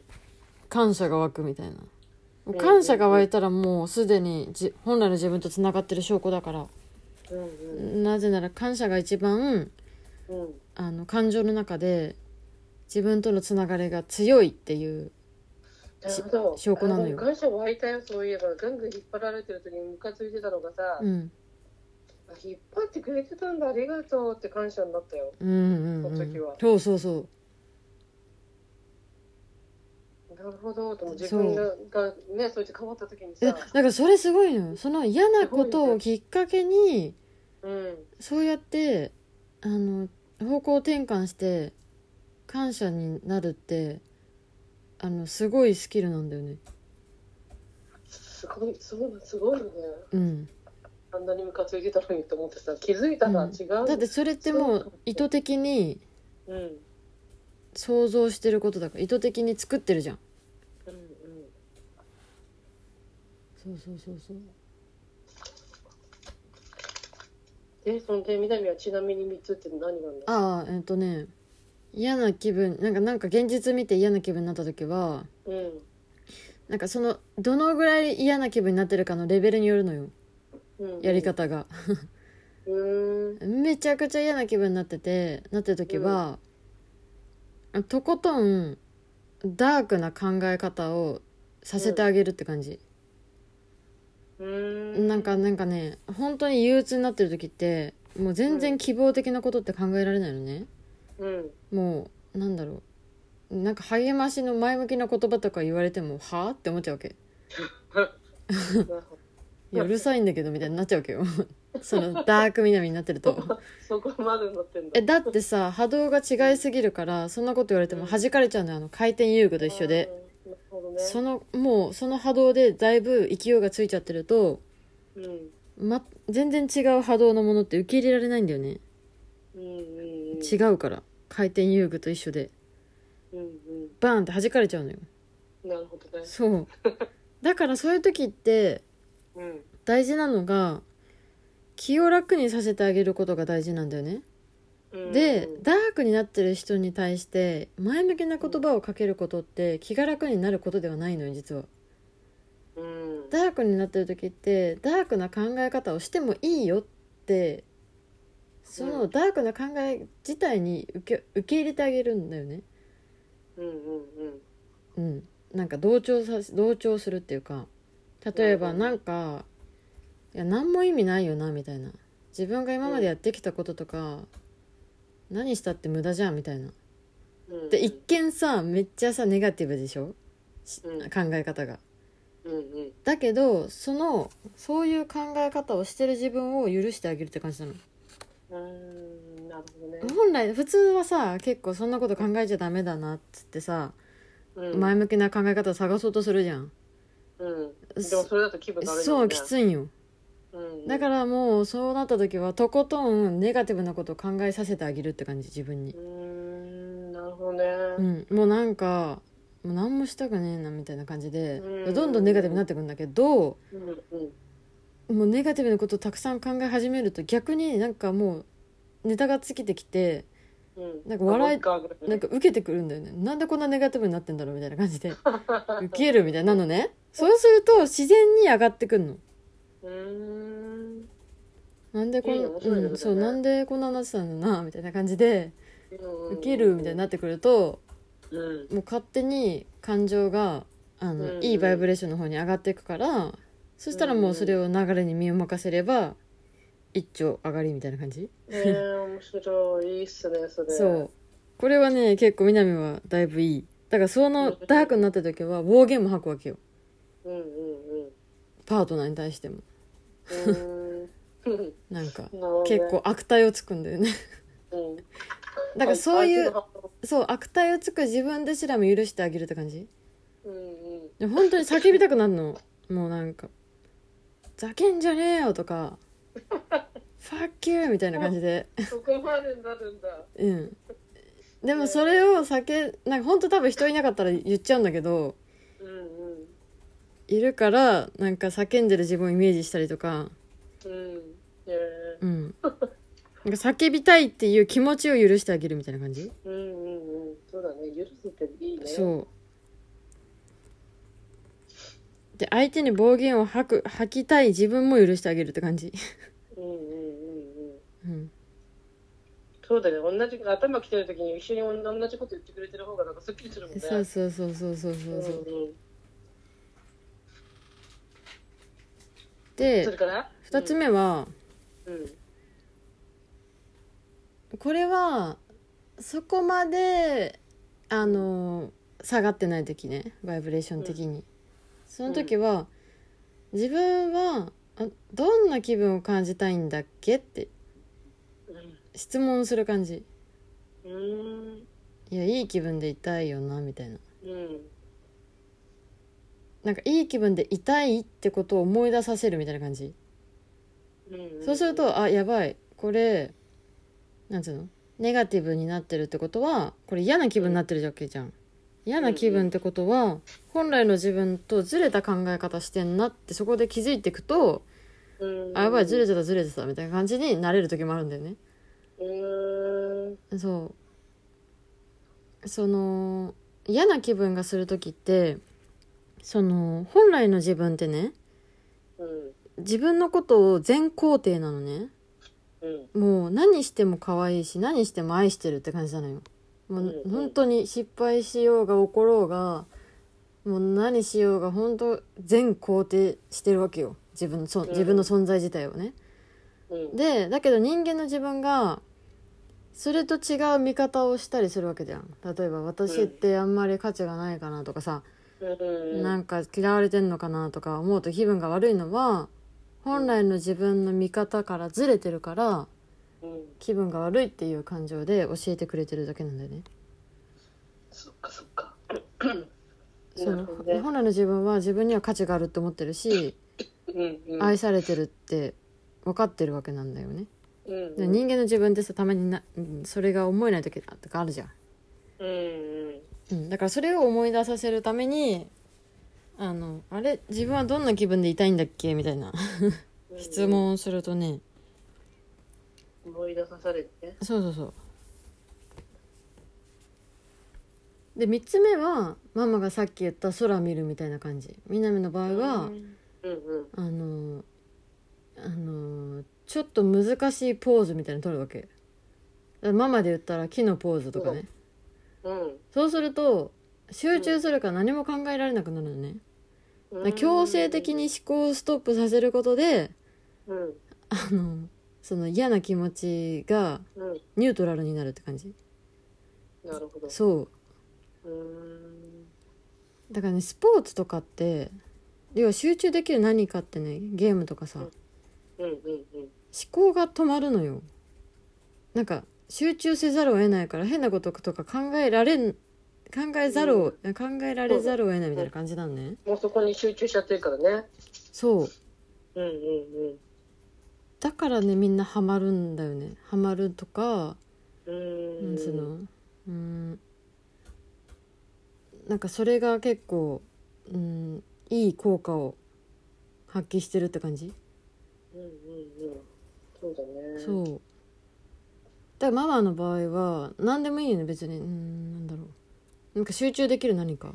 [SPEAKER 1] 感謝が湧くみたいな
[SPEAKER 2] うん
[SPEAKER 1] 感謝が湧いたらもうすでにじ本来の自分とつながってる証拠だから
[SPEAKER 2] うんうん
[SPEAKER 1] なぜなら感謝が一番
[SPEAKER 2] うん
[SPEAKER 1] あの感情の中で自分とのつながりが強いっていう
[SPEAKER 2] なるほど
[SPEAKER 1] し証拠なのよ
[SPEAKER 2] あ感謝湧いたよそういえばぐんぐん引っ張られてる時にムカついてたのがさ、
[SPEAKER 1] うん
[SPEAKER 2] あ引っ張ってくれてたんだありがとうって感謝になったよ
[SPEAKER 1] うんうん、うん
[SPEAKER 2] その時は
[SPEAKER 1] そうそうそう
[SPEAKER 2] なるほどと思う自分ががねそうやって変わった時に
[SPEAKER 1] えだ
[SPEAKER 2] さ
[SPEAKER 1] だからそれすごいのよその嫌なことをきっかけに
[SPEAKER 2] うん
[SPEAKER 1] そうやってあの方向転換して感謝になるってあのすごいスキルなんだよね
[SPEAKER 2] すごいそうなんすごいよね
[SPEAKER 1] うん
[SPEAKER 2] あんなにムカついてたのにと思ってさ気づいたら
[SPEAKER 1] うん
[SPEAKER 2] 違う、
[SPEAKER 1] だってそれってもう意図的に
[SPEAKER 2] うんうん
[SPEAKER 1] 想像してることだから意図的に作ってるじゃん
[SPEAKER 2] うん
[SPEAKER 1] そうそうそうそう
[SPEAKER 2] でそんで南はちなみに3つって何なんだ
[SPEAKER 1] ああえっ、とね嫌な気分なんかなんか現実見て嫌な気分になった時は
[SPEAKER 2] うん
[SPEAKER 1] なんかそのどのぐらい嫌な気分になってるかのレベルによるのよ
[SPEAKER 2] うん
[SPEAKER 1] やり方が、
[SPEAKER 2] うーん
[SPEAKER 1] めちゃくちゃ嫌な気分になっててなってる時は、とことんダークな考え方をさせてあげるって感じ、
[SPEAKER 2] うーん
[SPEAKER 1] なんかなんかね本当に憂鬱になってる時ってもう全然希望的なことって考えられないのね
[SPEAKER 2] うん
[SPEAKER 1] もうなんだろうなんか励ましの前向きな言葉とか言われてもはあって思っちゃうわけ
[SPEAKER 2] なるほど
[SPEAKER 1] いやうるさいんだけどみたいになっちゃうわけよ そのダークみなみになってると
[SPEAKER 2] そこまで乗ってんだ
[SPEAKER 1] えだってさ波動が違いすぎるからそんなこと言われても弾かれちゃうのよあの回転遊具と一緒で
[SPEAKER 2] うんなるほどね
[SPEAKER 1] そのもうその波動でだいぶ勢いがついちゃってると、
[SPEAKER 2] うん
[SPEAKER 1] ま、全然違う波動のものって受け入れられないんだよね
[SPEAKER 2] うんうんうん
[SPEAKER 1] 違うから回転遊具と一緒で
[SPEAKER 2] うんうん
[SPEAKER 1] バーンって弾かれちゃうのよ
[SPEAKER 2] なるほどね
[SPEAKER 1] そうだからそういう時って
[SPEAKER 2] うん
[SPEAKER 1] 大事なのが気を楽にさせてあげることが大事なんだよね、
[SPEAKER 2] うん
[SPEAKER 1] で
[SPEAKER 2] うん
[SPEAKER 1] ダークになってる人に対して前向きな言葉をかけることって気が楽になることではないのよ実は
[SPEAKER 2] うん
[SPEAKER 1] ダークになってる時ってダークな考え方をしてもいいよってそのダークな考え自体に受け受け入れてあげるんだよね
[SPEAKER 2] うんうん
[SPEAKER 1] うん、なんか同調さ同調するっていうか例えば
[SPEAKER 2] うん
[SPEAKER 1] なんか、いや何も意味ないよなみたいな自分が今までやってきたこととか、何したって無駄じゃんみたいな
[SPEAKER 2] うん
[SPEAKER 1] で一見さめっちゃさネガティブでしょし
[SPEAKER 2] うん
[SPEAKER 1] 考え方が
[SPEAKER 2] うんうん
[SPEAKER 1] だけどそのそういう考え方をしてる自分を許してあげるって感じなの
[SPEAKER 2] うんなるほどね
[SPEAKER 1] 本来普通はさ結構そんなこと考えちゃダメだなっつってさ、
[SPEAKER 2] うん
[SPEAKER 1] 前向きな考え方を探そうとするじゃん
[SPEAKER 2] うんでもそれだと気分が悪い
[SPEAKER 1] そうきついんよ
[SPEAKER 2] うん
[SPEAKER 1] だからもうそうなった時はとことんネガティブなことを考えさせてあげるって感じ自分に
[SPEAKER 2] うー、んなるほどね
[SPEAKER 1] うん、もうなんかもう何もしたくねえなみたいな感じで、
[SPEAKER 2] うん
[SPEAKER 1] どんどんネガティブになってくんだけど
[SPEAKER 2] うんうん
[SPEAKER 1] もうネガティブなことをたくさん考え始めると逆になんかもうネタが尽きてきて
[SPEAKER 2] うん
[SPEAKER 1] なんか笑い
[SPEAKER 2] あもう一回ぐらい
[SPEAKER 1] なんか受けてくるんだよねなんでこんなネガティブになってんだろうみたいな感じ で受けるみたいなのねそうすると自然に上がってくるの
[SPEAKER 2] うーん
[SPEAKER 1] なんでこん
[SPEAKER 2] いいね面白いね
[SPEAKER 1] うん、そう
[SPEAKER 2] それね
[SPEAKER 1] なんでこんなになってたんだなみたいな感じで
[SPEAKER 2] 受
[SPEAKER 1] 受けるみたいになってくると
[SPEAKER 2] うん
[SPEAKER 1] もう勝手に感情があの、
[SPEAKER 2] うんうん
[SPEAKER 1] いいバイブレーションの方に上がっていくからそしたらもうそれを流れに身を任せれば一丁上がりみたいな感じ、
[SPEAKER 2] えー、面白いいいっすねそれ
[SPEAKER 1] そうこれはね結構南はだいぶいいだからそのダークになった時は暴言も吐くわけよ
[SPEAKER 2] うんうんうんう
[SPEAKER 1] パートナーに対しても
[SPEAKER 2] ーん
[SPEAKER 1] なんか
[SPEAKER 2] なるほどね
[SPEAKER 1] 結構悪態をつくんだよね
[SPEAKER 2] うん
[SPEAKER 1] だからそうい
[SPEAKER 2] あ
[SPEAKER 1] うそう悪態をつく自分ですらも許してあげるって感じ
[SPEAKER 2] うんうん
[SPEAKER 1] でも本当に叫びたくなるのもうなんか「ざけんじゃねえよ」とか「ファッキュー」みたいな感じで
[SPEAKER 2] そこまでになるんだ
[SPEAKER 1] うんでもそれを避けなんか本当多分人いなかったら言っちゃうんだけど
[SPEAKER 2] うんうん
[SPEAKER 1] いるからなんか叫んでる自分をイメージしたりとか
[SPEAKER 2] うんえー
[SPEAKER 1] うんなんか叫びたいっていう気持ちを許してあげるみたいな感じ
[SPEAKER 2] うんうんうんそうだね許すっていいね
[SPEAKER 1] そうで相手に暴言を吐く吐きたい自分も許してあげるって感じ
[SPEAKER 2] うんうんうんうん
[SPEAKER 1] うん
[SPEAKER 2] そうだね同じ頭きてる時に一緒に同じこと言ってくれてる方がなんかすっきりするもんね
[SPEAKER 1] そうそうそうそうそうそうそう
[SPEAKER 2] うんうんそれ
[SPEAKER 1] で
[SPEAKER 2] から
[SPEAKER 1] 2つ目は
[SPEAKER 2] うん
[SPEAKER 1] これはそこまであの下がってない時ねバイブレーション的にその時は自分はあどんな気分を感じたいんだっけって
[SPEAKER 2] うん
[SPEAKER 1] 質問する感じ
[SPEAKER 2] うん
[SPEAKER 1] いやいい気分でいたいよなみたいな
[SPEAKER 2] うん
[SPEAKER 1] なんかいい気分でいたいってことを思い出させるみたいな感じ
[SPEAKER 2] うん
[SPEAKER 1] そうするとあやばいこれなんつうのネガティブになってるってことはこれ嫌な気分になってるわけじゃん嫌な気分ってことは本来の自分とずれた考え方してんなってそこで気づいていくと
[SPEAKER 2] うん
[SPEAKER 1] あやばいずれてたずれてたみたいな感じになれる時もあるんだよね
[SPEAKER 2] うーん
[SPEAKER 1] そうその嫌な気分がする時ってその本来の自分ってね
[SPEAKER 2] うん
[SPEAKER 1] 自分のことを全肯定なのね
[SPEAKER 2] うん
[SPEAKER 1] もう何しても可愛いし何しても愛してるって感じなのよもう
[SPEAKER 2] うん
[SPEAKER 1] 本当に失敗しようが起ころうがもう何しようが本当全肯定してるわけよ自分のそ
[SPEAKER 2] ん
[SPEAKER 1] 自分の存在自体をね。
[SPEAKER 2] うん
[SPEAKER 1] でだけど人間の自分がそれと違う見方をしたりするわけじゃん。例えば私ってあんまり価値がないかなとかさ、
[SPEAKER 2] うん
[SPEAKER 1] なんか嫌われてんのかなとか思うと気分が悪いのは本来の自分の見方からずれてるから
[SPEAKER 2] うん
[SPEAKER 1] 気分が悪いっていう感情で教えてくれてるだけなんだよね。
[SPEAKER 2] そっかそっか
[SPEAKER 1] そ
[SPEAKER 2] な
[SPEAKER 1] の
[SPEAKER 2] るほどね
[SPEAKER 1] 本来の自分は自分には価値があるって思ってるし、
[SPEAKER 2] うんうん
[SPEAKER 1] 愛されてるって分かってるわけなんだよね、
[SPEAKER 2] うん
[SPEAKER 1] で人間の自分ってさたまになうんそれが思えない時とかあるじゃん、
[SPEAKER 2] うんうん
[SPEAKER 1] うん、だからそれを思い出させるためにあのあれ自分はどんな気分でいたいんだっけみたいな
[SPEAKER 2] うん
[SPEAKER 1] 質問をするとね
[SPEAKER 2] 思い出さされて
[SPEAKER 1] そうそうそうで3つ目はママがさっき言った空見るみたいな感じみなみの場合は、
[SPEAKER 2] うんうん
[SPEAKER 1] あのあのちょっと難しいポーズみたいなの取るわけだからママで言ったら木のポーズとかね
[SPEAKER 2] うん
[SPEAKER 1] そうすると集中するから何も考えられなくなるのねだから強制的に思考をストップさせることで
[SPEAKER 2] うん
[SPEAKER 1] あのその嫌な気持ちが
[SPEAKER 2] うん
[SPEAKER 1] ニュートラルになるって感じ
[SPEAKER 2] なるほど
[SPEAKER 1] そう
[SPEAKER 2] うーん
[SPEAKER 1] だからねスポーツとかって要は集中できる何かってねゲームとかさ
[SPEAKER 2] うん
[SPEAKER 1] 思
[SPEAKER 2] うんうんうん
[SPEAKER 1] 考が止まるのよなんか集中せざるを得ないから変なこととか考えられん考えざるを、考えられざるを得ないみたいな感じなんね
[SPEAKER 2] もうそこに集中しちゃってるからね
[SPEAKER 1] そう
[SPEAKER 2] うんうん
[SPEAKER 1] だからねみんなハマるんだよねハマるとか
[SPEAKER 2] うんう
[SPEAKER 1] なんつう
[SPEAKER 2] ーん
[SPEAKER 1] のうんなんかそれが結構うんいい効果を発揮してるって感じ
[SPEAKER 2] うんうんうんそうだね
[SPEAKER 1] そうだからママの場合は何でもいいよね別にうーんなんだろうなんか集中できる何か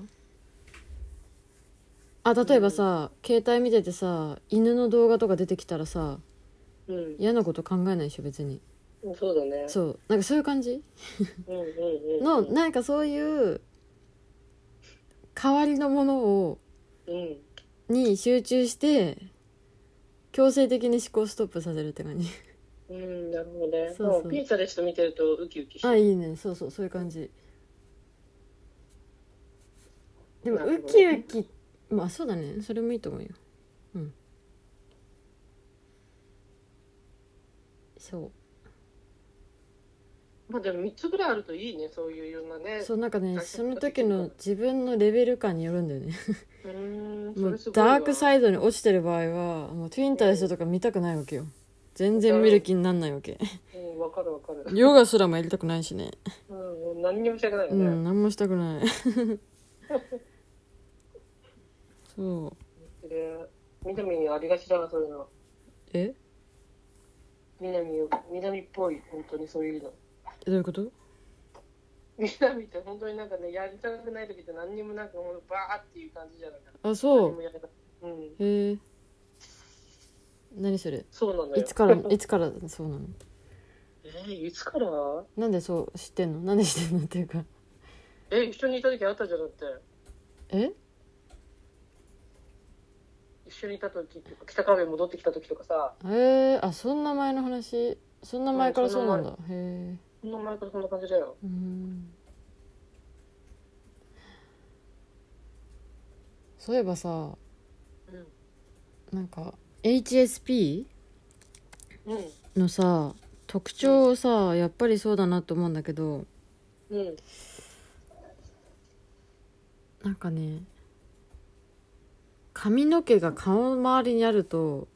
[SPEAKER 1] あ例えばさ、携帯見ててさ犬の動画とか出てきたらさ
[SPEAKER 2] うん
[SPEAKER 1] 嫌なこと考えないでしょ別に
[SPEAKER 2] そうだね
[SPEAKER 1] そうなんかそういう感じ
[SPEAKER 2] うんうんうん
[SPEAKER 1] のなんかそういう代わりのものを
[SPEAKER 2] うん
[SPEAKER 1] に集中して強制的に思考ストップさせるって感じ
[SPEAKER 2] うんなるほどね
[SPEAKER 1] そうそう
[SPEAKER 2] もピンタレスト見てるとウキウキして
[SPEAKER 1] あいいねそうそうそういう感じでも
[SPEAKER 2] なる
[SPEAKER 1] ウ
[SPEAKER 2] ほど
[SPEAKER 1] キウキまあそうだねそれもいいと思うようんそう
[SPEAKER 2] まあでも3つぐらいあるといいねそういうようなね
[SPEAKER 1] そうなんかねその時の自分のレベル感によるんだよね
[SPEAKER 2] うーん
[SPEAKER 1] も
[SPEAKER 2] そうれすごいわ
[SPEAKER 1] ダークサイドに落ちてる場合はもうトゥインタレストとか見たくないわけよ全然見る気になんないわ け
[SPEAKER 2] うんわかるわかる
[SPEAKER 1] ヨガすらもやりたくないしね
[SPEAKER 2] うんもう何にもしたくないよ
[SPEAKER 1] う
[SPEAKER 2] ね
[SPEAKER 1] ん何もしたくない そう
[SPEAKER 2] で南にありがちだなそういうの
[SPEAKER 1] え
[SPEAKER 2] 南を南っぽい本当にそういうの
[SPEAKER 1] どういうこと
[SPEAKER 2] 南って本当になんかねやりたくない時って何にもなんかもうバーっていう感じじゃないか
[SPEAKER 1] あ
[SPEAKER 2] ら
[SPEAKER 1] そ
[SPEAKER 2] 何
[SPEAKER 1] う
[SPEAKER 2] もやらないうん
[SPEAKER 1] へえ何それ
[SPEAKER 2] そうなのよ
[SPEAKER 1] いつ からいつからそうなの
[SPEAKER 2] えーいつから
[SPEAKER 1] なんでそう知ってんのなんで知ってんのっていうか
[SPEAKER 2] え一緒にいた時あったじゃんだって
[SPEAKER 1] え
[SPEAKER 2] 一緒にいた時っていうか北川辺戻ってきた時とかさ
[SPEAKER 1] えー、あそんな前の話そんな前からそうなんだへえ
[SPEAKER 2] そんな前からそんな感じだよ
[SPEAKER 1] うんそういえばさ
[SPEAKER 2] うん
[SPEAKER 1] なんか HSP
[SPEAKER 2] うん
[SPEAKER 1] のさ特徴をさやっぱりそうだなと思うんだけど
[SPEAKER 2] うん
[SPEAKER 1] なんかね髪の毛が顔周りにあると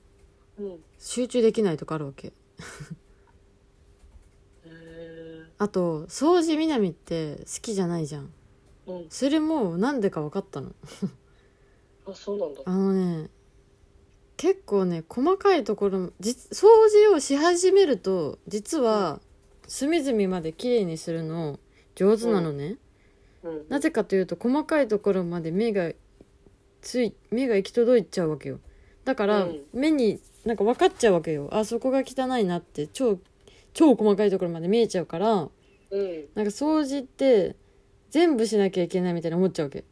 [SPEAKER 2] うん
[SPEAKER 1] 集中できないとかあるわけ
[SPEAKER 2] へえ
[SPEAKER 1] あと掃除みなみって好きじゃないじゃん
[SPEAKER 2] うん
[SPEAKER 1] それもなんでか分かったの
[SPEAKER 2] あそうなんだ
[SPEAKER 1] あのね結構ね細かいところも実掃除をし始めると実は隅々まで綺麗にするの上手なのね、
[SPEAKER 2] うん
[SPEAKER 1] なぜかというと細かいところまで目がつい目が行き届いちゃうわけよだから
[SPEAKER 2] うん
[SPEAKER 1] 目になんか分かっちゃうわけよあそこが汚いなって超超細かいところまで見えちゃうから
[SPEAKER 2] うん。
[SPEAKER 1] なんか掃除って全部しなきゃいけないみたいに思っちゃうわけ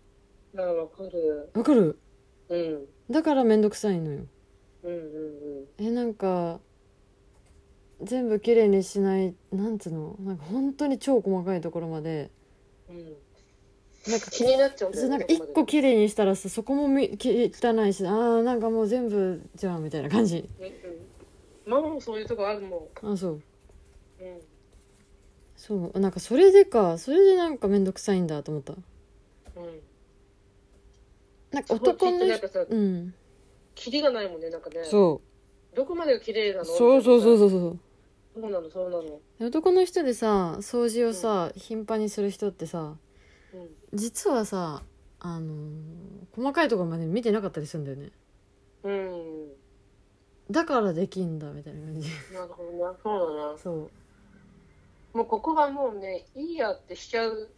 [SPEAKER 2] あわかる。
[SPEAKER 1] わかる
[SPEAKER 2] うん。
[SPEAKER 1] だからめんどくさいのよ
[SPEAKER 2] うんうん
[SPEAKER 1] えなんか全部きれいにしないなんつうのなんか本当に超細かいところまで
[SPEAKER 2] うん。うん。
[SPEAKER 1] なんか
[SPEAKER 2] 気になっちゃうんだ
[SPEAKER 1] そ
[SPEAKER 2] よ
[SPEAKER 1] う
[SPEAKER 2] ね
[SPEAKER 1] なんか一個きれいにしたらさそこもみき汚いしあーなんかもう全部じゃんみたいな感じ
[SPEAKER 2] うんうん。ママもそういうとこあるも
[SPEAKER 1] あそう
[SPEAKER 2] うん。うん。
[SPEAKER 1] そうなんかそれでかそれでなんかめんどくさいんだと思ったなんか男の
[SPEAKER 2] 人。なん
[SPEAKER 1] 人
[SPEAKER 2] かさ、
[SPEAKER 1] うん
[SPEAKER 2] キリがないもんね、なんかね。
[SPEAKER 1] そ
[SPEAKER 2] どこまでが綺麗な
[SPEAKER 1] う
[SPEAKER 2] の。
[SPEAKER 1] そうそうそううそうそう
[SPEAKER 2] そうなの、そうなの。
[SPEAKER 1] 男の人でさ掃除をさ頻繁にする人ってさ
[SPEAKER 2] うん。
[SPEAKER 1] 実はさあのー細かいところまで見てなかったりするんだよね
[SPEAKER 2] うん。
[SPEAKER 1] だからできんだみたいな感じ
[SPEAKER 2] なるほどな。そうだな。
[SPEAKER 1] そ
[SPEAKER 2] もうここはもうね、いいやってしちゃう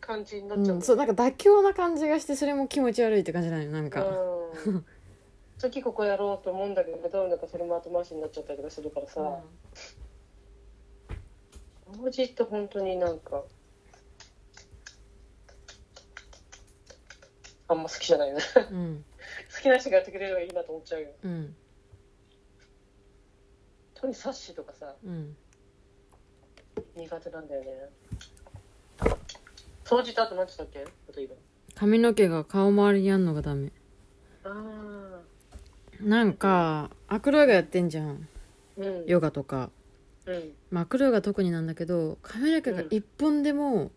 [SPEAKER 2] 感じにな
[SPEAKER 1] う,、
[SPEAKER 2] っちゃう。
[SPEAKER 1] うん、そうなんか妥協な感じがしてそれも気持ち悪いって感じなのよなんか、
[SPEAKER 2] うん。次ここやろうと思うんだけど、どうなんかそれも後回しになっちゃったりとかするからさ。掃除って本当になんかあんま好きじゃない ね好
[SPEAKER 1] うん
[SPEAKER 2] きな人がやってくれればいいなと思っちゃうよ
[SPEAKER 1] うん
[SPEAKER 2] 特にサッシとかさ
[SPEAKER 1] うん
[SPEAKER 2] 苦手なんだよね掃除とあと何て言ったっけ例えば
[SPEAKER 1] 髪の毛が顔周りにあんのがダメ
[SPEAKER 2] ああ
[SPEAKER 1] なんかアクロヨガやってんじゃん
[SPEAKER 2] うん
[SPEAKER 1] ヨガとか、
[SPEAKER 2] うん
[SPEAKER 1] まあ、アクロヨガ特になんだけど髪の毛が一本でも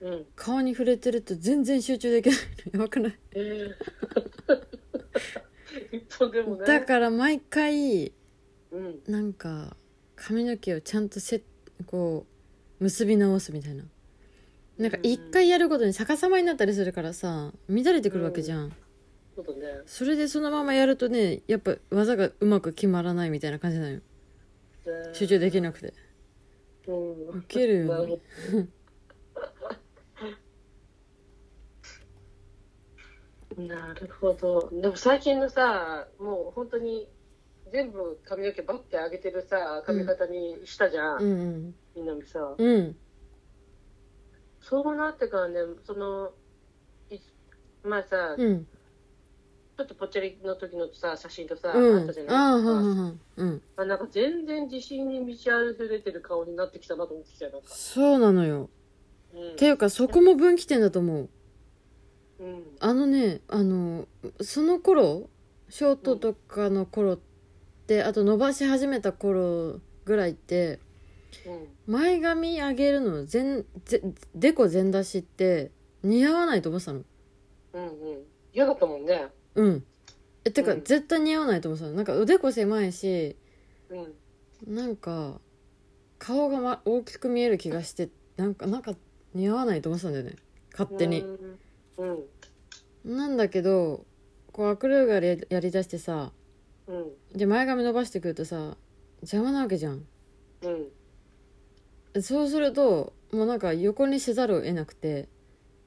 [SPEAKER 2] うん
[SPEAKER 1] 顔に触れてると全然集中できない のやばくない
[SPEAKER 2] ええ一本でもね
[SPEAKER 1] だから毎回
[SPEAKER 2] うん
[SPEAKER 1] なんか髪の毛をちゃんとせこう結び直すみたいななんか
[SPEAKER 2] うん
[SPEAKER 1] 一回やることに逆さまになったりするからさ乱れてくるわけじゃん、
[SPEAKER 2] そうだね
[SPEAKER 1] それでそのままやるとねやっぱ技がうまく決まらないみたいな感じなのよ
[SPEAKER 2] ね
[SPEAKER 1] 集中できなくて
[SPEAKER 2] うん
[SPEAKER 1] ウケる
[SPEAKER 2] な
[SPEAKER 1] よ
[SPEAKER 2] る
[SPEAKER 1] ね
[SPEAKER 2] ほどなるほどでも最近のさもう本当に全部髪の毛バッて上げてるさ髪型にしたじゃ
[SPEAKER 1] うん
[SPEAKER 2] ん、
[SPEAKER 1] うん
[SPEAKER 2] みんなもさ
[SPEAKER 1] うん
[SPEAKER 2] そうなってからねそのい前さ、ち
[SPEAKER 1] うん
[SPEAKER 2] ょっとぽっちゃりの時のさ写真とさ、
[SPEAKER 1] う
[SPEAKER 2] あっ
[SPEAKER 1] ん
[SPEAKER 2] たじゃ
[SPEAKER 1] ああ
[SPEAKER 2] ない
[SPEAKER 1] はんは
[SPEAKER 2] ですか
[SPEAKER 1] んはんうん
[SPEAKER 2] あなんか全然自信に満ち溢れてる顔になってきたなと思ってきたよなんか、
[SPEAKER 1] そうなのよ
[SPEAKER 2] うん
[SPEAKER 1] ていうかそこも分岐点だと思う
[SPEAKER 2] うん
[SPEAKER 1] あのねあのその頃ショートとかの頃って、あと伸ばし始めた頃ぐらいって
[SPEAKER 2] うん
[SPEAKER 1] 前髪上げるの全ぜでこ全出しって似合わないと思ってたの
[SPEAKER 2] うんうん嫌だったもんね
[SPEAKER 1] うんえてか、
[SPEAKER 2] うん
[SPEAKER 1] 絶対似合わないと思ってたのなんかおでこ狭いし
[SPEAKER 2] うん
[SPEAKER 1] なんか顔が、ま、大きく見える気がしてなんかなんか似合わないと思ってたんだよね勝手に、
[SPEAKER 2] うん
[SPEAKER 1] なんだけどこうアクリルがやりやりだしてさ
[SPEAKER 2] うん
[SPEAKER 1] で前髪伸ばしてくるとさ邪魔なわけじゃん
[SPEAKER 2] うん
[SPEAKER 1] そうするともうなんか横にせざるを得なくて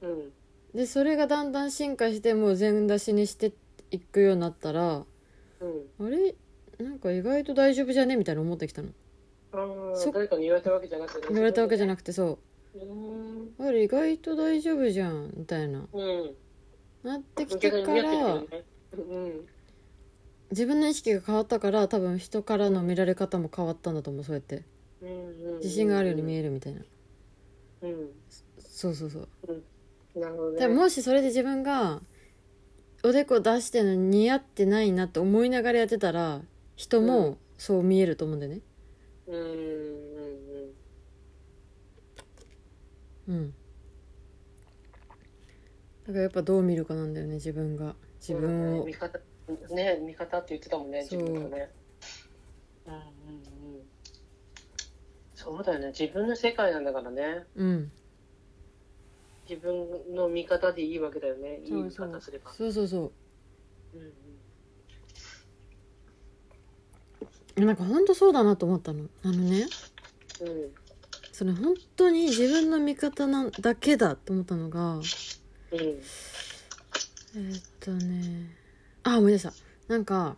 [SPEAKER 2] うん
[SPEAKER 1] でそれがだんだん進化してもう全出しにしていくようになったら
[SPEAKER 2] うん
[SPEAKER 1] あれなんか意外と大丈夫じゃねみたいな思ってきたの
[SPEAKER 2] あ
[SPEAKER 1] そ
[SPEAKER 2] あ誰かに言われたわけじゃなくて
[SPEAKER 1] 言われたわけじゃ
[SPEAKER 2] な
[SPEAKER 1] なくてそう
[SPEAKER 2] くてうん
[SPEAKER 1] あれ意外と大丈夫じゃんみたいな
[SPEAKER 2] うん
[SPEAKER 1] なってき
[SPEAKER 2] 受け
[SPEAKER 1] て
[SPEAKER 2] 取
[SPEAKER 1] か
[SPEAKER 2] りに合
[SPEAKER 1] ら
[SPEAKER 2] ってるけどねうん
[SPEAKER 1] 自分の意識が変わったから多分人からの見られ方も変わったんだと思うそうやって
[SPEAKER 2] うんうん
[SPEAKER 1] 自信があるように見
[SPEAKER 2] え
[SPEAKER 1] えるみたいな
[SPEAKER 2] る
[SPEAKER 1] そうそうそう
[SPEAKER 2] うんなるほど
[SPEAKER 1] で
[SPEAKER 2] ね
[SPEAKER 1] ももしそれで自分がおでこ出してるのに似合ってないなって思いながらやってたら人もそう見えると思うんだよね
[SPEAKER 2] うんうんうん
[SPEAKER 1] うんだからやっぱどう見るかなんだよね自分が自分
[SPEAKER 2] そう
[SPEAKER 1] を
[SPEAKER 2] ね味方ね味方って言ってたもんね自
[SPEAKER 1] そう
[SPEAKER 2] 分のねうんうんうんそうだよね自分の世界なんだからね
[SPEAKER 1] うん
[SPEAKER 2] 自分の見方でいいわけだよねいい
[SPEAKER 1] そう
[SPEAKER 2] 見
[SPEAKER 1] そ
[SPEAKER 2] 方
[SPEAKER 1] う
[SPEAKER 2] すれば
[SPEAKER 1] そうそうそ
[SPEAKER 2] うんうん
[SPEAKER 1] うなんかほんとそうだなと思ったのあのね
[SPEAKER 2] うん
[SPEAKER 1] それ本当に自分の味方なんだけだと思ったのが
[SPEAKER 2] うん
[SPEAKER 1] えーっとねあ思い出したなんか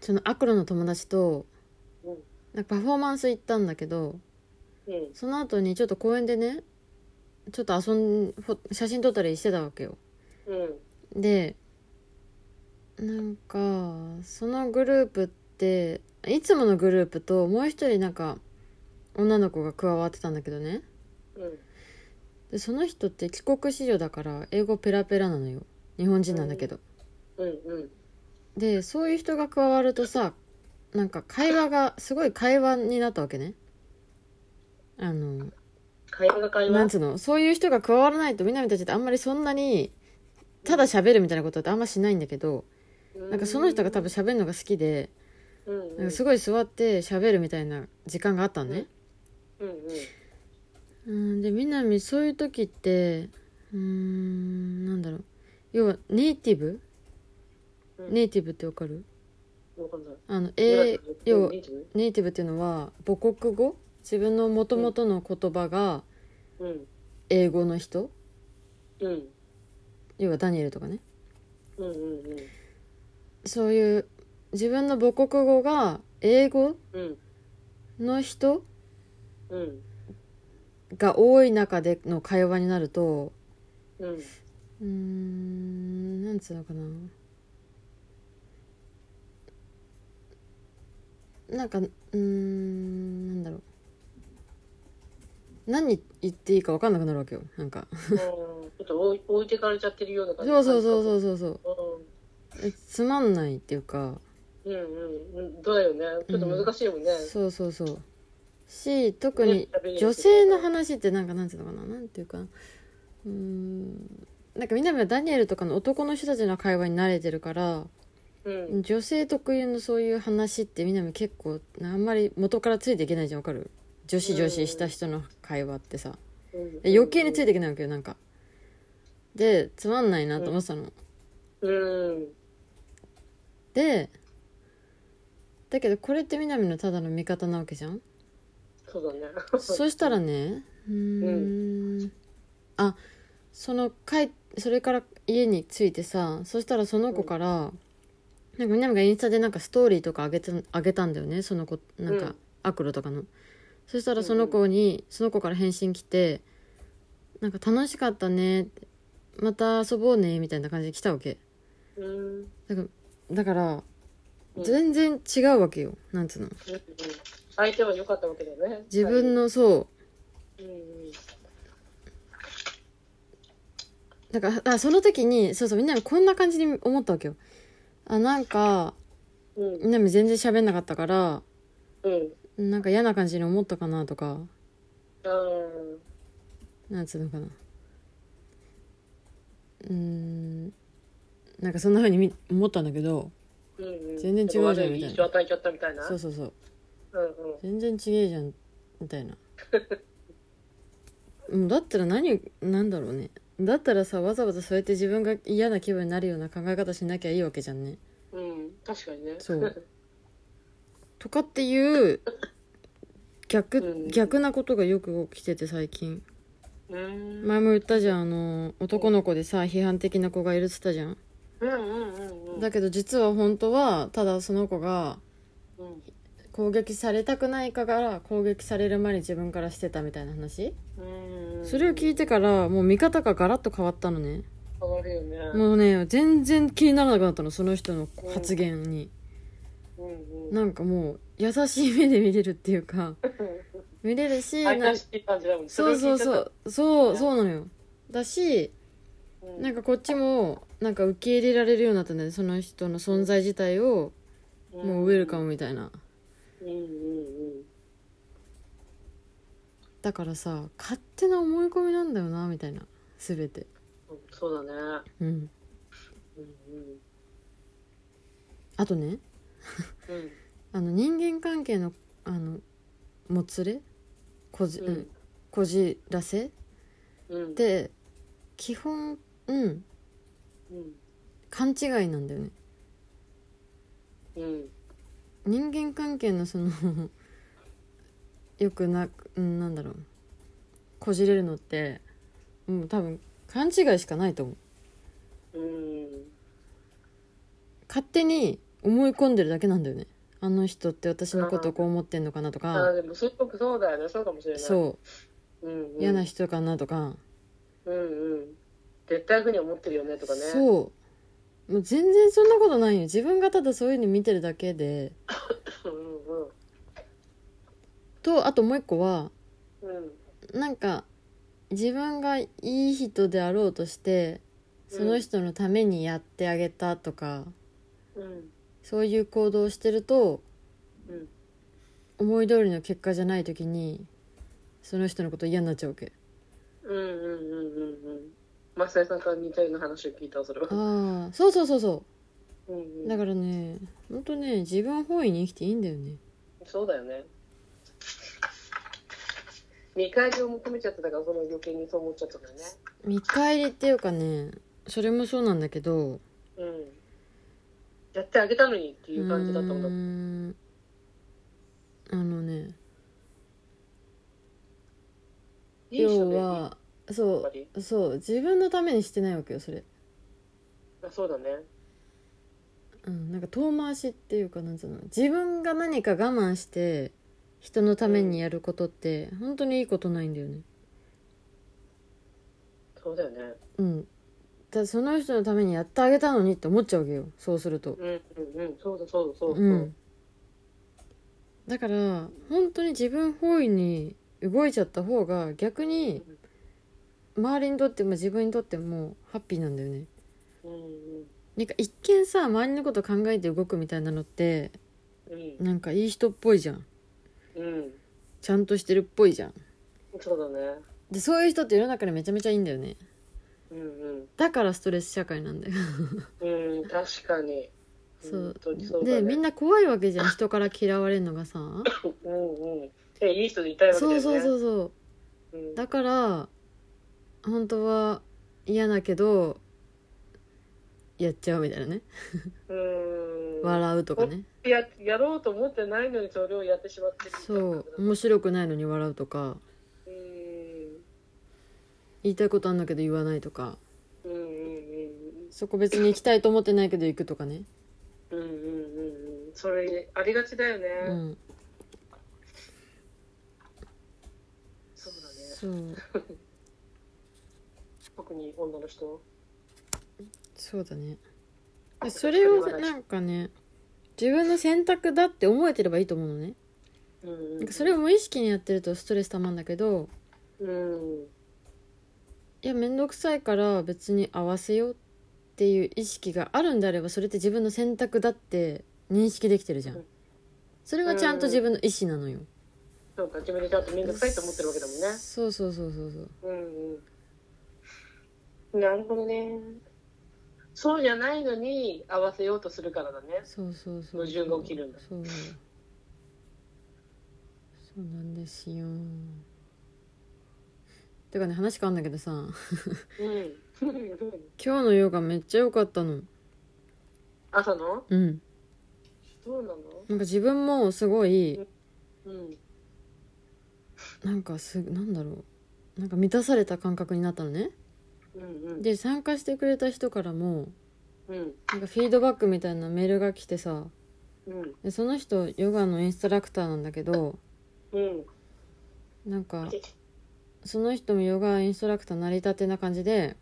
[SPEAKER 1] そのアクロの友達と
[SPEAKER 2] うん
[SPEAKER 1] なんかパフォーマンス行ったんだけど
[SPEAKER 2] うん
[SPEAKER 1] その後にちょっと公園でねちょっと遊んフォ写真撮ったりしてたわけよ
[SPEAKER 2] うん
[SPEAKER 1] でなんかそのグループっていつものグループともう一人なんか女の子が加わってたんだけどね
[SPEAKER 2] うん
[SPEAKER 1] でその人って帰国子女だから英語ペラペラなのよ日本人なんだけど、
[SPEAKER 2] うんうん
[SPEAKER 1] でそういう人が加わるとさなんか会話がすごい会話になったわけねあの
[SPEAKER 2] 会話が会
[SPEAKER 1] なん
[SPEAKER 2] 話
[SPEAKER 1] つうのそういう人が加わらないとみなみたちってあんまりそんなにただ喋るみたいなことってあんましないんだけどなんかその人が多分喋るのが好きで
[SPEAKER 2] うんう
[SPEAKER 1] なん
[SPEAKER 2] ん
[SPEAKER 1] かすごい座って喋るみたいな時間があったのね
[SPEAKER 2] うんうん
[SPEAKER 1] うんでみなみそういう時ってうーんなんだろう要はネイティブ
[SPEAKER 2] うん
[SPEAKER 1] ネイティブってわかる
[SPEAKER 2] わかんない
[SPEAKER 1] あの英要は
[SPEAKER 2] ネイティ
[SPEAKER 1] ネイティブっていうのは母国語自分の元々の言葉が
[SPEAKER 2] ブうん
[SPEAKER 1] 英語の人
[SPEAKER 2] うん
[SPEAKER 1] 要はダニエルとかね
[SPEAKER 2] うんうんうん
[SPEAKER 1] そういう自分の母国語が英語
[SPEAKER 2] うん
[SPEAKER 1] の人
[SPEAKER 2] うん
[SPEAKER 1] が多い中での会話になると
[SPEAKER 2] うん
[SPEAKER 1] うーんなんつうのかななんかうーんなんだろう何言っていいか分かんなくなるわけよなんか
[SPEAKER 2] うんちょっと置い置いてかれちゃってるような感じ
[SPEAKER 1] そうそうそうそうそうそう
[SPEAKER 2] うん
[SPEAKER 1] えつまんないっていうか
[SPEAKER 2] うんうんうん、だよね。ちょっと難しいもんね。
[SPEAKER 1] そうそうそうし特に
[SPEAKER 2] ね
[SPEAKER 1] 女性の話ってなんかなんていうのかななんていうかうーんなんかみんなはダニエルとかの男の人たちの会話に慣れてるから
[SPEAKER 2] うん、
[SPEAKER 1] 女性特有のそういう話ってみんなも結構あんまり元からついていけないじゃんわかる女子女子した人の会話ってさで余計につい
[SPEAKER 2] い
[SPEAKER 1] ていけないわけよなんかでつまんないなと思ってたの
[SPEAKER 2] うん。
[SPEAKER 1] でだけどこれってみなみのただの味方なわけじゃん
[SPEAKER 2] そうだね。
[SPEAKER 1] そしたらねうーんあその帰それから家に着いてさそしたらその子から、なんかみんながインスタでなんかストーリーとかあげたあげたんだよねその子なんか、
[SPEAKER 2] うん
[SPEAKER 1] アクロとかのそしたらその子に、その子から返信来て「なんか楽しかったねって」また遊ぼうね」みたいな感じで来たわけ
[SPEAKER 2] うん。
[SPEAKER 1] だ
[SPEAKER 2] うん
[SPEAKER 1] からだから、
[SPEAKER 2] うん
[SPEAKER 1] 全然違うわけよなんつうの
[SPEAKER 2] 相手は良かったわけだよね。
[SPEAKER 1] 自分のそう
[SPEAKER 2] うんうん。
[SPEAKER 1] だからあその時にそうそうみんながこんな感じに思ったわけよあなんか
[SPEAKER 2] うん
[SPEAKER 1] みんなも全然喋んなかったから
[SPEAKER 2] うん。
[SPEAKER 1] なんか嫌な感じに思ったかなとか
[SPEAKER 2] うん。
[SPEAKER 1] なんつうのかなうーんなんかそんな風にみ思ったんだけど
[SPEAKER 2] うん。
[SPEAKER 1] 全然違うじゃんみ
[SPEAKER 2] 悪
[SPEAKER 1] たいな
[SPEAKER 2] 印象与えちゃったみたいな。
[SPEAKER 1] そうそうそう
[SPEAKER 2] うんうん。
[SPEAKER 1] 全然ちげえじゃんみたいなうんだったら何なんだろうねだったらさわざわざそうやって自分が嫌な気分になるような考え方しなきゃいいわけじゃんね
[SPEAKER 2] うん。確かにね。
[SPEAKER 1] そう。とかっていう逆、
[SPEAKER 2] うん
[SPEAKER 1] 逆なことがよく起きてて最近
[SPEAKER 2] うん。
[SPEAKER 1] 前も言ったじゃんあの男の子でさ批判的な子がいるっつったじゃん
[SPEAKER 2] うんうんうんうん。
[SPEAKER 1] だけど実は本当はただその子が
[SPEAKER 2] うん
[SPEAKER 1] 攻撃されたくないから攻撃される前に自分からしてたみたいな話
[SPEAKER 2] うん。
[SPEAKER 1] それを聞いてからもう見方がガラッと変わったのね
[SPEAKER 2] 変わるよね。
[SPEAKER 1] もうね全然気にならなくなったのその人の発言に
[SPEAKER 2] うんうん。
[SPEAKER 1] なんかもう優しい目で見れるっていうか見れるし
[SPEAKER 2] 愛
[SPEAKER 1] な
[SPEAKER 2] らしい感じだもんね。
[SPEAKER 1] そうそう
[SPEAKER 2] れを聞いち
[SPEAKER 1] そ
[SPEAKER 2] ゃっ。
[SPEAKER 1] うそうそうなのよだした
[SPEAKER 2] うん
[SPEAKER 1] なんかこっちもなんか受け入れられるようになったんだよねその人の存在自体をもうウェルカムみたいな
[SPEAKER 2] うんうんうん
[SPEAKER 1] だからさ勝手な思い込みなんだよなみたいな全て
[SPEAKER 2] そうだね
[SPEAKER 1] うん
[SPEAKER 2] うん
[SPEAKER 1] あとね
[SPEAKER 2] うん
[SPEAKER 1] あの人間関係のあのもつれこじ,、
[SPEAKER 2] う
[SPEAKER 1] うんん、こじらせっ
[SPEAKER 2] うん
[SPEAKER 1] て基本うん
[SPEAKER 2] うん
[SPEAKER 1] 勘違いなんだよね
[SPEAKER 2] うん
[SPEAKER 1] 人間関係のそのよくなくうんなんだろうこじれるのってもう多分勘違いしかないと思う
[SPEAKER 2] うん
[SPEAKER 1] 勝手に思い込んでるだけなんだよねあの人って私のことこう思ってんのかなと
[SPEAKER 2] ああ
[SPEAKER 1] か
[SPEAKER 2] でもすごくそうだよねそうかもしれない、
[SPEAKER 1] そう
[SPEAKER 2] んうん、
[SPEAKER 1] う嫌な人かなとか
[SPEAKER 2] うんうん絶対ふうに思ってるよねとかねう
[SPEAKER 1] そうもう全然そんなことないよ自分がただそういうの見てるだけで
[SPEAKER 2] うん
[SPEAKER 1] とあともう一個は
[SPEAKER 2] うんうん
[SPEAKER 1] なんか自分がいい人であろうとしてその人のためにやってあげたとか、
[SPEAKER 2] うん
[SPEAKER 1] そういう行動をしてると
[SPEAKER 2] うん
[SPEAKER 1] 思い通りの結果じゃない時にその人のこと嫌になっちゃうわけ
[SPEAKER 2] うんうんうんうんうんマサイさんから似たような話を聞いたそれは
[SPEAKER 1] ああそうそうそうそ
[SPEAKER 2] うんう
[SPEAKER 1] うんだからねほんとね自分本位に生きていいんだよね
[SPEAKER 2] そうだよね見返りを求めちゃってたからその余計にそう思っちゃったんだよね
[SPEAKER 1] 見返りっていうかねそれもそうなんだけど
[SPEAKER 2] うんやってあげたのにっていう感じだったもんだ
[SPEAKER 1] うーんあのね
[SPEAKER 2] いい人
[SPEAKER 1] 要
[SPEAKER 2] でいい
[SPEAKER 1] は
[SPEAKER 2] やっぱ
[SPEAKER 1] そ
[SPEAKER 2] り
[SPEAKER 1] うそう自分のためにしてないわけよそれ、
[SPEAKER 2] あそうだね
[SPEAKER 1] うん、なんか遠回しっていうかなんつうの自分が何か我慢して人のためにやることって本当にいいことないんだよね
[SPEAKER 2] そうだよね
[SPEAKER 1] うんだその人のためにやってあげたのにって思っちゃうわけよそうすると
[SPEAKER 2] うんうんうんそうだそうだそうだそううん
[SPEAKER 1] だから本当に自分本位に動いちゃった方が逆に周りにとっても自分にとってもハッピーなんだよね
[SPEAKER 2] うんうん
[SPEAKER 1] なんか一見さ周りのこと考えて動くみたいなのって
[SPEAKER 2] うん
[SPEAKER 1] なんかいい人っぽいじゃん
[SPEAKER 2] うん
[SPEAKER 1] ちゃんとしてるっぽいじゃん
[SPEAKER 2] そうだね
[SPEAKER 1] でそういう人って世の中でめちゃめちゃいいんだよね
[SPEAKER 2] うん
[SPEAKER 1] だからストレス社会なんだよ
[SPEAKER 2] うんうん確かに
[SPEAKER 1] そう
[SPEAKER 2] 本当にそうだ
[SPEAKER 1] で
[SPEAKER 2] ね
[SPEAKER 1] みんな怖いわけじゃん人から嫌われるのがさ
[SPEAKER 2] うんうんえいい人でいたいわけだ
[SPEAKER 1] そ
[SPEAKER 2] よね
[SPEAKER 1] うそうそうそう
[SPEAKER 2] うん
[SPEAKER 1] だから本当は嫌だけどやっちゃうみたいなね
[SPEAKER 2] うん
[SPEAKER 1] 笑うとかね
[SPEAKER 2] ややろうと思ってないのにそれをやってしまってるみたいな
[SPEAKER 1] そう面白くないのに笑うとか
[SPEAKER 2] うん
[SPEAKER 1] 言いたいことあんだけど言わないとか
[SPEAKER 2] うんうん
[SPEAKER 1] そこ別に行きたいと思ってないけど行くとかね
[SPEAKER 2] うんうんうんうんうんそれありがちだよね、
[SPEAKER 1] うん
[SPEAKER 2] そうだね
[SPEAKER 1] そう
[SPEAKER 2] 特に女の人
[SPEAKER 1] そうだねそれをなんかね自分の選択だって思えてればいいと思うのね
[SPEAKER 2] うん
[SPEAKER 1] なんかそれを無意識にやってるとストレスたまんだけど
[SPEAKER 2] うん
[SPEAKER 1] いや面倒くさいから別に合わせようっていう意識があるんであればそれって自分の選択だって認識できてるじゃ
[SPEAKER 2] うん
[SPEAKER 1] んそれがちゃんと自分の意思なのよ、
[SPEAKER 2] そうか自分でちゃんと面倒くさいと思ってるわけだもんね
[SPEAKER 1] そうそうそうそうそう
[SPEAKER 2] うんうんなるほどねそうじゃないのに合わせようとするからだね
[SPEAKER 1] そうそうそう
[SPEAKER 2] 矛盾が起きるんだ
[SPEAKER 1] そうそうなんですよてかね話変わんだけどさ
[SPEAKER 2] うん
[SPEAKER 1] 今日のヨガめっちゃ良かったの
[SPEAKER 2] 朝の
[SPEAKER 1] うん
[SPEAKER 2] そうなの
[SPEAKER 1] なんか自分もすごい
[SPEAKER 2] うん
[SPEAKER 1] なんかすなんだろうなんか満たされた感覚になったのね
[SPEAKER 2] うんうん
[SPEAKER 1] で参加してくれた人からも
[SPEAKER 2] うん
[SPEAKER 1] なんかフィードバックみたいなメールが来てさ
[SPEAKER 2] うん
[SPEAKER 1] でその人ヨガのインストラクターなんだけど
[SPEAKER 2] うん
[SPEAKER 1] なんかその人もヨガインストラクターなりたてな感じで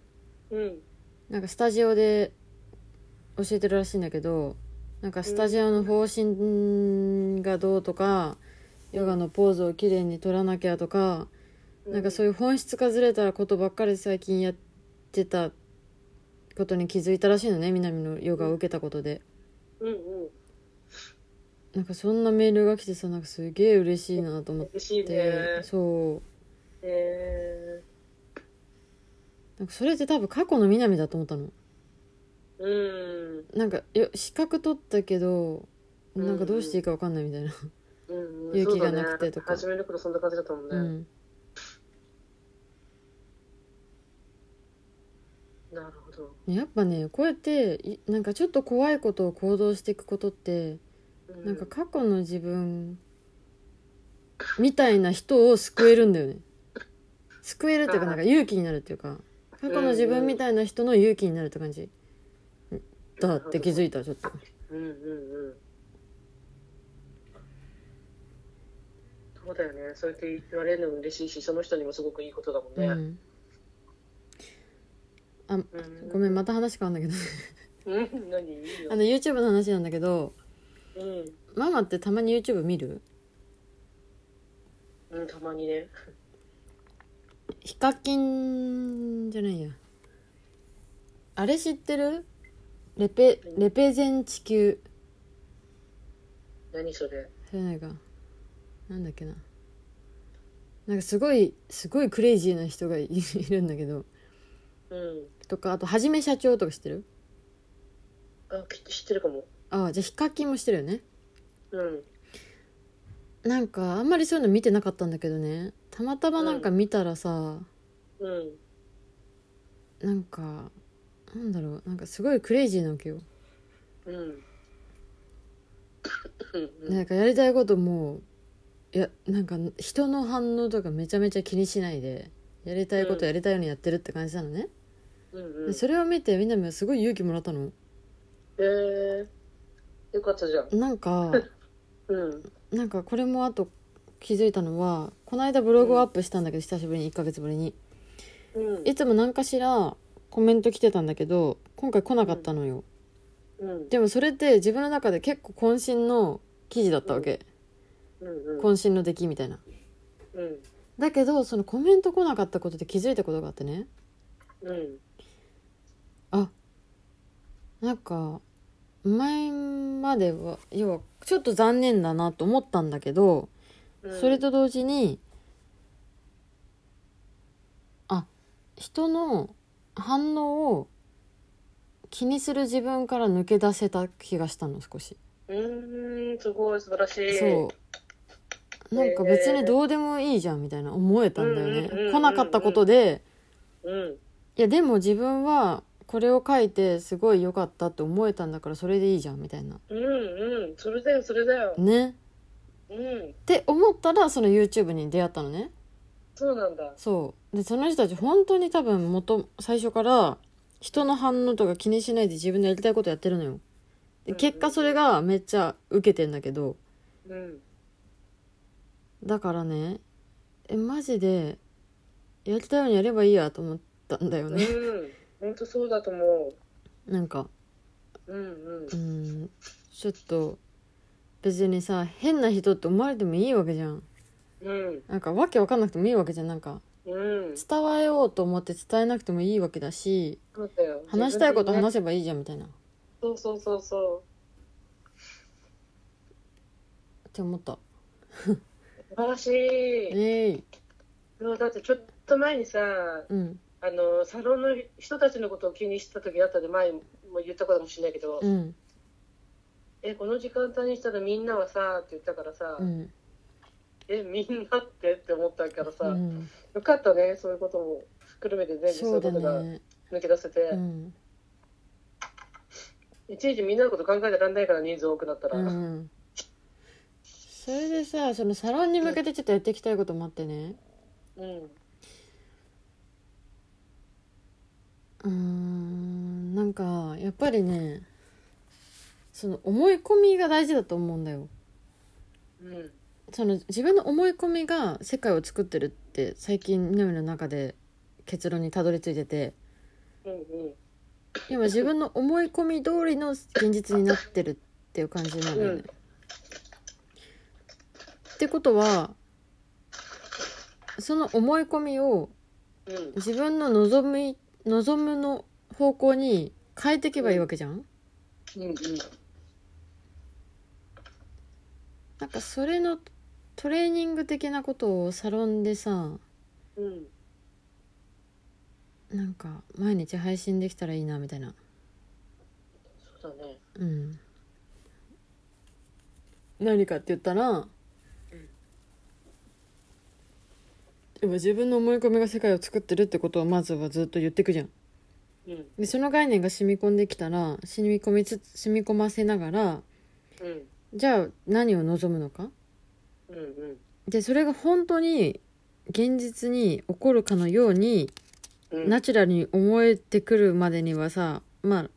[SPEAKER 2] うん
[SPEAKER 1] なんかスタジオで教えてるらしいんだけどなんかスタジオの方針がどうとかヨガのポーズをきれいに取らなきゃとかなんかそういう本質がずれたことばっかり最近やってたことに気づいたらしいのね南のヨガを受けたことで。
[SPEAKER 2] うんうん
[SPEAKER 1] なんかそんなメールが来てさなんかすげえ嬉しいなと思っ
[SPEAKER 2] 嬉しい
[SPEAKER 1] て、
[SPEAKER 2] ね
[SPEAKER 1] そう
[SPEAKER 2] え
[SPEAKER 1] なんかそれって多分過去の南だと思ったの
[SPEAKER 2] ー、うん
[SPEAKER 1] なんかよ資格取ったけどなんかどうしていいか分かんないみたいな、
[SPEAKER 2] うん
[SPEAKER 1] 勇気がなくてとか
[SPEAKER 2] そうだね、初めの頃そんな感じだったもんね、
[SPEAKER 1] うん、
[SPEAKER 2] なるほど、
[SPEAKER 1] やっぱねこうやっていなんかちょっと怖いことを行動していくことって、
[SPEAKER 2] うん、
[SPEAKER 1] なんか過去の自分みたいな人を救えるんだよね救えるっていうかなんか勇気になるっていうか過去の自分みたいな人の勇気になるって感じだって気づいたちょっと
[SPEAKER 2] うんうんうんそうだよねそうやって言われるのも嬉しいしその人にもすごくいいことだもんね、
[SPEAKER 1] うんあ
[SPEAKER 2] うん
[SPEAKER 1] ごめんまた話変わんだけど
[SPEAKER 2] うん何いいよ
[SPEAKER 1] あの YouTube の話なんだけど
[SPEAKER 2] うん、
[SPEAKER 1] ママってたまに YouTube 見る
[SPEAKER 2] うん、たまにね
[SPEAKER 1] ヒカキンじゃないやあれ知ってるレペレペゼン地球
[SPEAKER 2] 何それ
[SPEAKER 1] それないかなんだっけななんかすごいすごいクレイジーな人がいいるんだけど
[SPEAKER 2] うん
[SPEAKER 1] とかあとはじめ社長とか知ってる
[SPEAKER 2] あき知ってるかも
[SPEAKER 1] ああじゃあヒカキンも知ってるよね
[SPEAKER 2] うん
[SPEAKER 1] なんかあんまりそういうの見てなかったんだけどねたまたまなんか見たらさ、
[SPEAKER 2] うん
[SPEAKER 1] なんかなんだろうなんかすごいクレイジーなわけよ、
[SPEAKER 2] うんうん
[SPEAKER 1] なんかやりたいこともいやなんか人の反応とかめちゃめちゃ気にしないでやりたいことやりたいようにやってるって感じなのね、
[SPEAKER 2] うんう
[SPEAKER 1] で
[SPEAKER 2] ん
[SPEAKER 1] それを見てみんなもすごい勇気もらったの
[SPEAKER 2] えー、よかったじゃん
[SPEAKER 1] なん か
[SPEAKER 2] うん
[SPEAKER 1] なんかこれもあと気づいたのはこの間ブログをアップしたんだけど、久しぶりに1ヶ月ぶりに
[SPEAKER 2] うん
[SPEAKER 1] いつも何かしらコメント来てたんだけど今回来なかったのよ、
[SPEAKER 2] うん
[SPEAKER 1] でもそれって自分の中で結構渾身の記事だったわけ、
[SPEAKER 2] うんうん
[SPEAKER 1] 渾身の出来みたいな
[SPEAKER 2] うん
[SPEAKER 1] だけどそのコメント来なかったことで気づいたことがあってね
[SPEAKER 2] うん
[SPEAKER 1] あなんか前までは要はちょっと残念だなと思ったんだけど、
[SPEAKER 2] うん
[SPEAKER 1] それと同時にあ人の反応を気にする自分から抜け出せた気がしたの少し
[SPEAKER 2] うーんすごい素晴らしい
[SPEAKER 1] そうなんか別にどうでもいいじゃんみたいな思えたんだよ
[SPEAKER 2] うんうんうんうんう
[SPEAKER 1] ね
[SPEAKER 2] ん
[SPEAKER 1] 来なかったことで
[SPEAKER 2] うん
[SPEAKER 1] いやでも自分はこれを書いてすごい良かったって思えたんだからそれでいいじゃんみたいな
[SPEAKER 2] うんうんそれだよそれだよ
[SPEAKER 1] ね
[SPEAKER 2] うん
[SPEAKER 1] って思ったらその YouTube に出会ったのね
[SPEAKER 2] そうなんだ
[SPEAKER 1] そうでその人たち本当に多分元最初から人の反応とか気にしないで自分のやりたいことやってるのよで結果それがめっちゃ受けてんだけど
[SPEAKER 2] うん
[SPEAKER 1] だからねえマジでやりたいようにやればいいやと思ったんだよ
[SPEAKER 2] う
[SPEAKER 1] ね
[SPEAKER 2] ん本当そうだと思
[SPEAKER 1] なんか
[SPEAKER 2] ううんうん
[SPEAKER 1] うーんちょっと別にさ変な人って思われてもいいわけじゃん
[SPEAKER 2] うん
[SPEAKER 1] なんかわけわかんなくてもいいわけじゃんなんか
[SPEAKER 2] う
[SPEAKER 1] 伝
[SPEAKER 2] ん
[SPEAKER 1] えようと思って伝えなくてもいいわけだし
[SPEAKER 2] そうだよ
[SPEAKER 1] 話したいこと話
[SPEAKER 2] せ
[SPEAKER 1] せばいいじゃんみたいなっ
[SPEAKER 2] そうそうそうそ
[SPEAKER 1] て思った
[SPEAKER 2] う素晴らしい
[SPEAKER 1] えい
[SPEAKER 2] そうだってちょっと前にさ
[SPEAKER 1] うん
[SPEAKER 2] あのサロンの人たちのことを気にしてた時あったで前も言ったことかもしれないけど、
[SPEAKER 1] うん
[SPEAKER 2] えこの時間帯にしたらみんなはさって言ったからさ、
[SPEAKER 1] うん
[SPEAKER 2] えみんなってって思ったからさ、
[SPEAKER 1] うん
[SPEAKER 2] よかったねそういうことも含めて全部そう
[SPEAKER 1] そ
[SPEAKER 2] いうう
[SPEAKER 1] だ
[SPEAKER 2] ことが
[SPEAKER 1] ね
[SPEAKER 2] 抜け出せて、
[SPEAKER 1] うん
[SPEAKER 2] いちいちみんなのこと考えてらんないから人数多くなったら、
[SPEAKER 1] う
[SPEAKER 2] うん
[SPEAKER 1] んそれでさそのサロンに向けてちょっとやっていきたいこともあってねうーんなんかやっぱりねその思い込みが大事だと思うんだよ
[SPEAKER 2] うん
[SPEAKER 1] その自分の思い込みが世界を作ってるって最近みなみの中で結論にたどり着いてて
[SPEAKER 2] うんうん
[SPEAKER 1] 今自分の思い込み通りの現実になってるっていう感じなんだよね。
[SPEAKER 2] うん
[SPEAKER 1] ってことはその思い込みを
[SPEAKER 2] うん
[SPEAKER 1] 自分の望み望むの方向に変えていけばいいわけじゃん
[SPEAKER 2] うん
[SPEAKER 1] なんかそれのトレーニング的なことをサロンでさ
[SPEAKER 2] うんうん
[SPEAKER 1] なんか毎日配信できたらいいなみたいな
[SPEAKER 2] そうだね
[SPEAKER 1] うん何かって言ったら、今自分の思い込みが世界を作ってるってことをまずはずっと言ってくじゃん
[SPEAKER 2] うん
[SPEAKER 1] でその概念が染み込んできたら染み込みつつ染み込ませながら
[SPEAKER 2] うん
[SPEAKER 1] じゃあ何を望むのか
[SPEAKER 2] うんうん
[SPEAKER 1] でそれが本当に現実に起こるかのようにナチュラルに思えてくるまでにはさまあ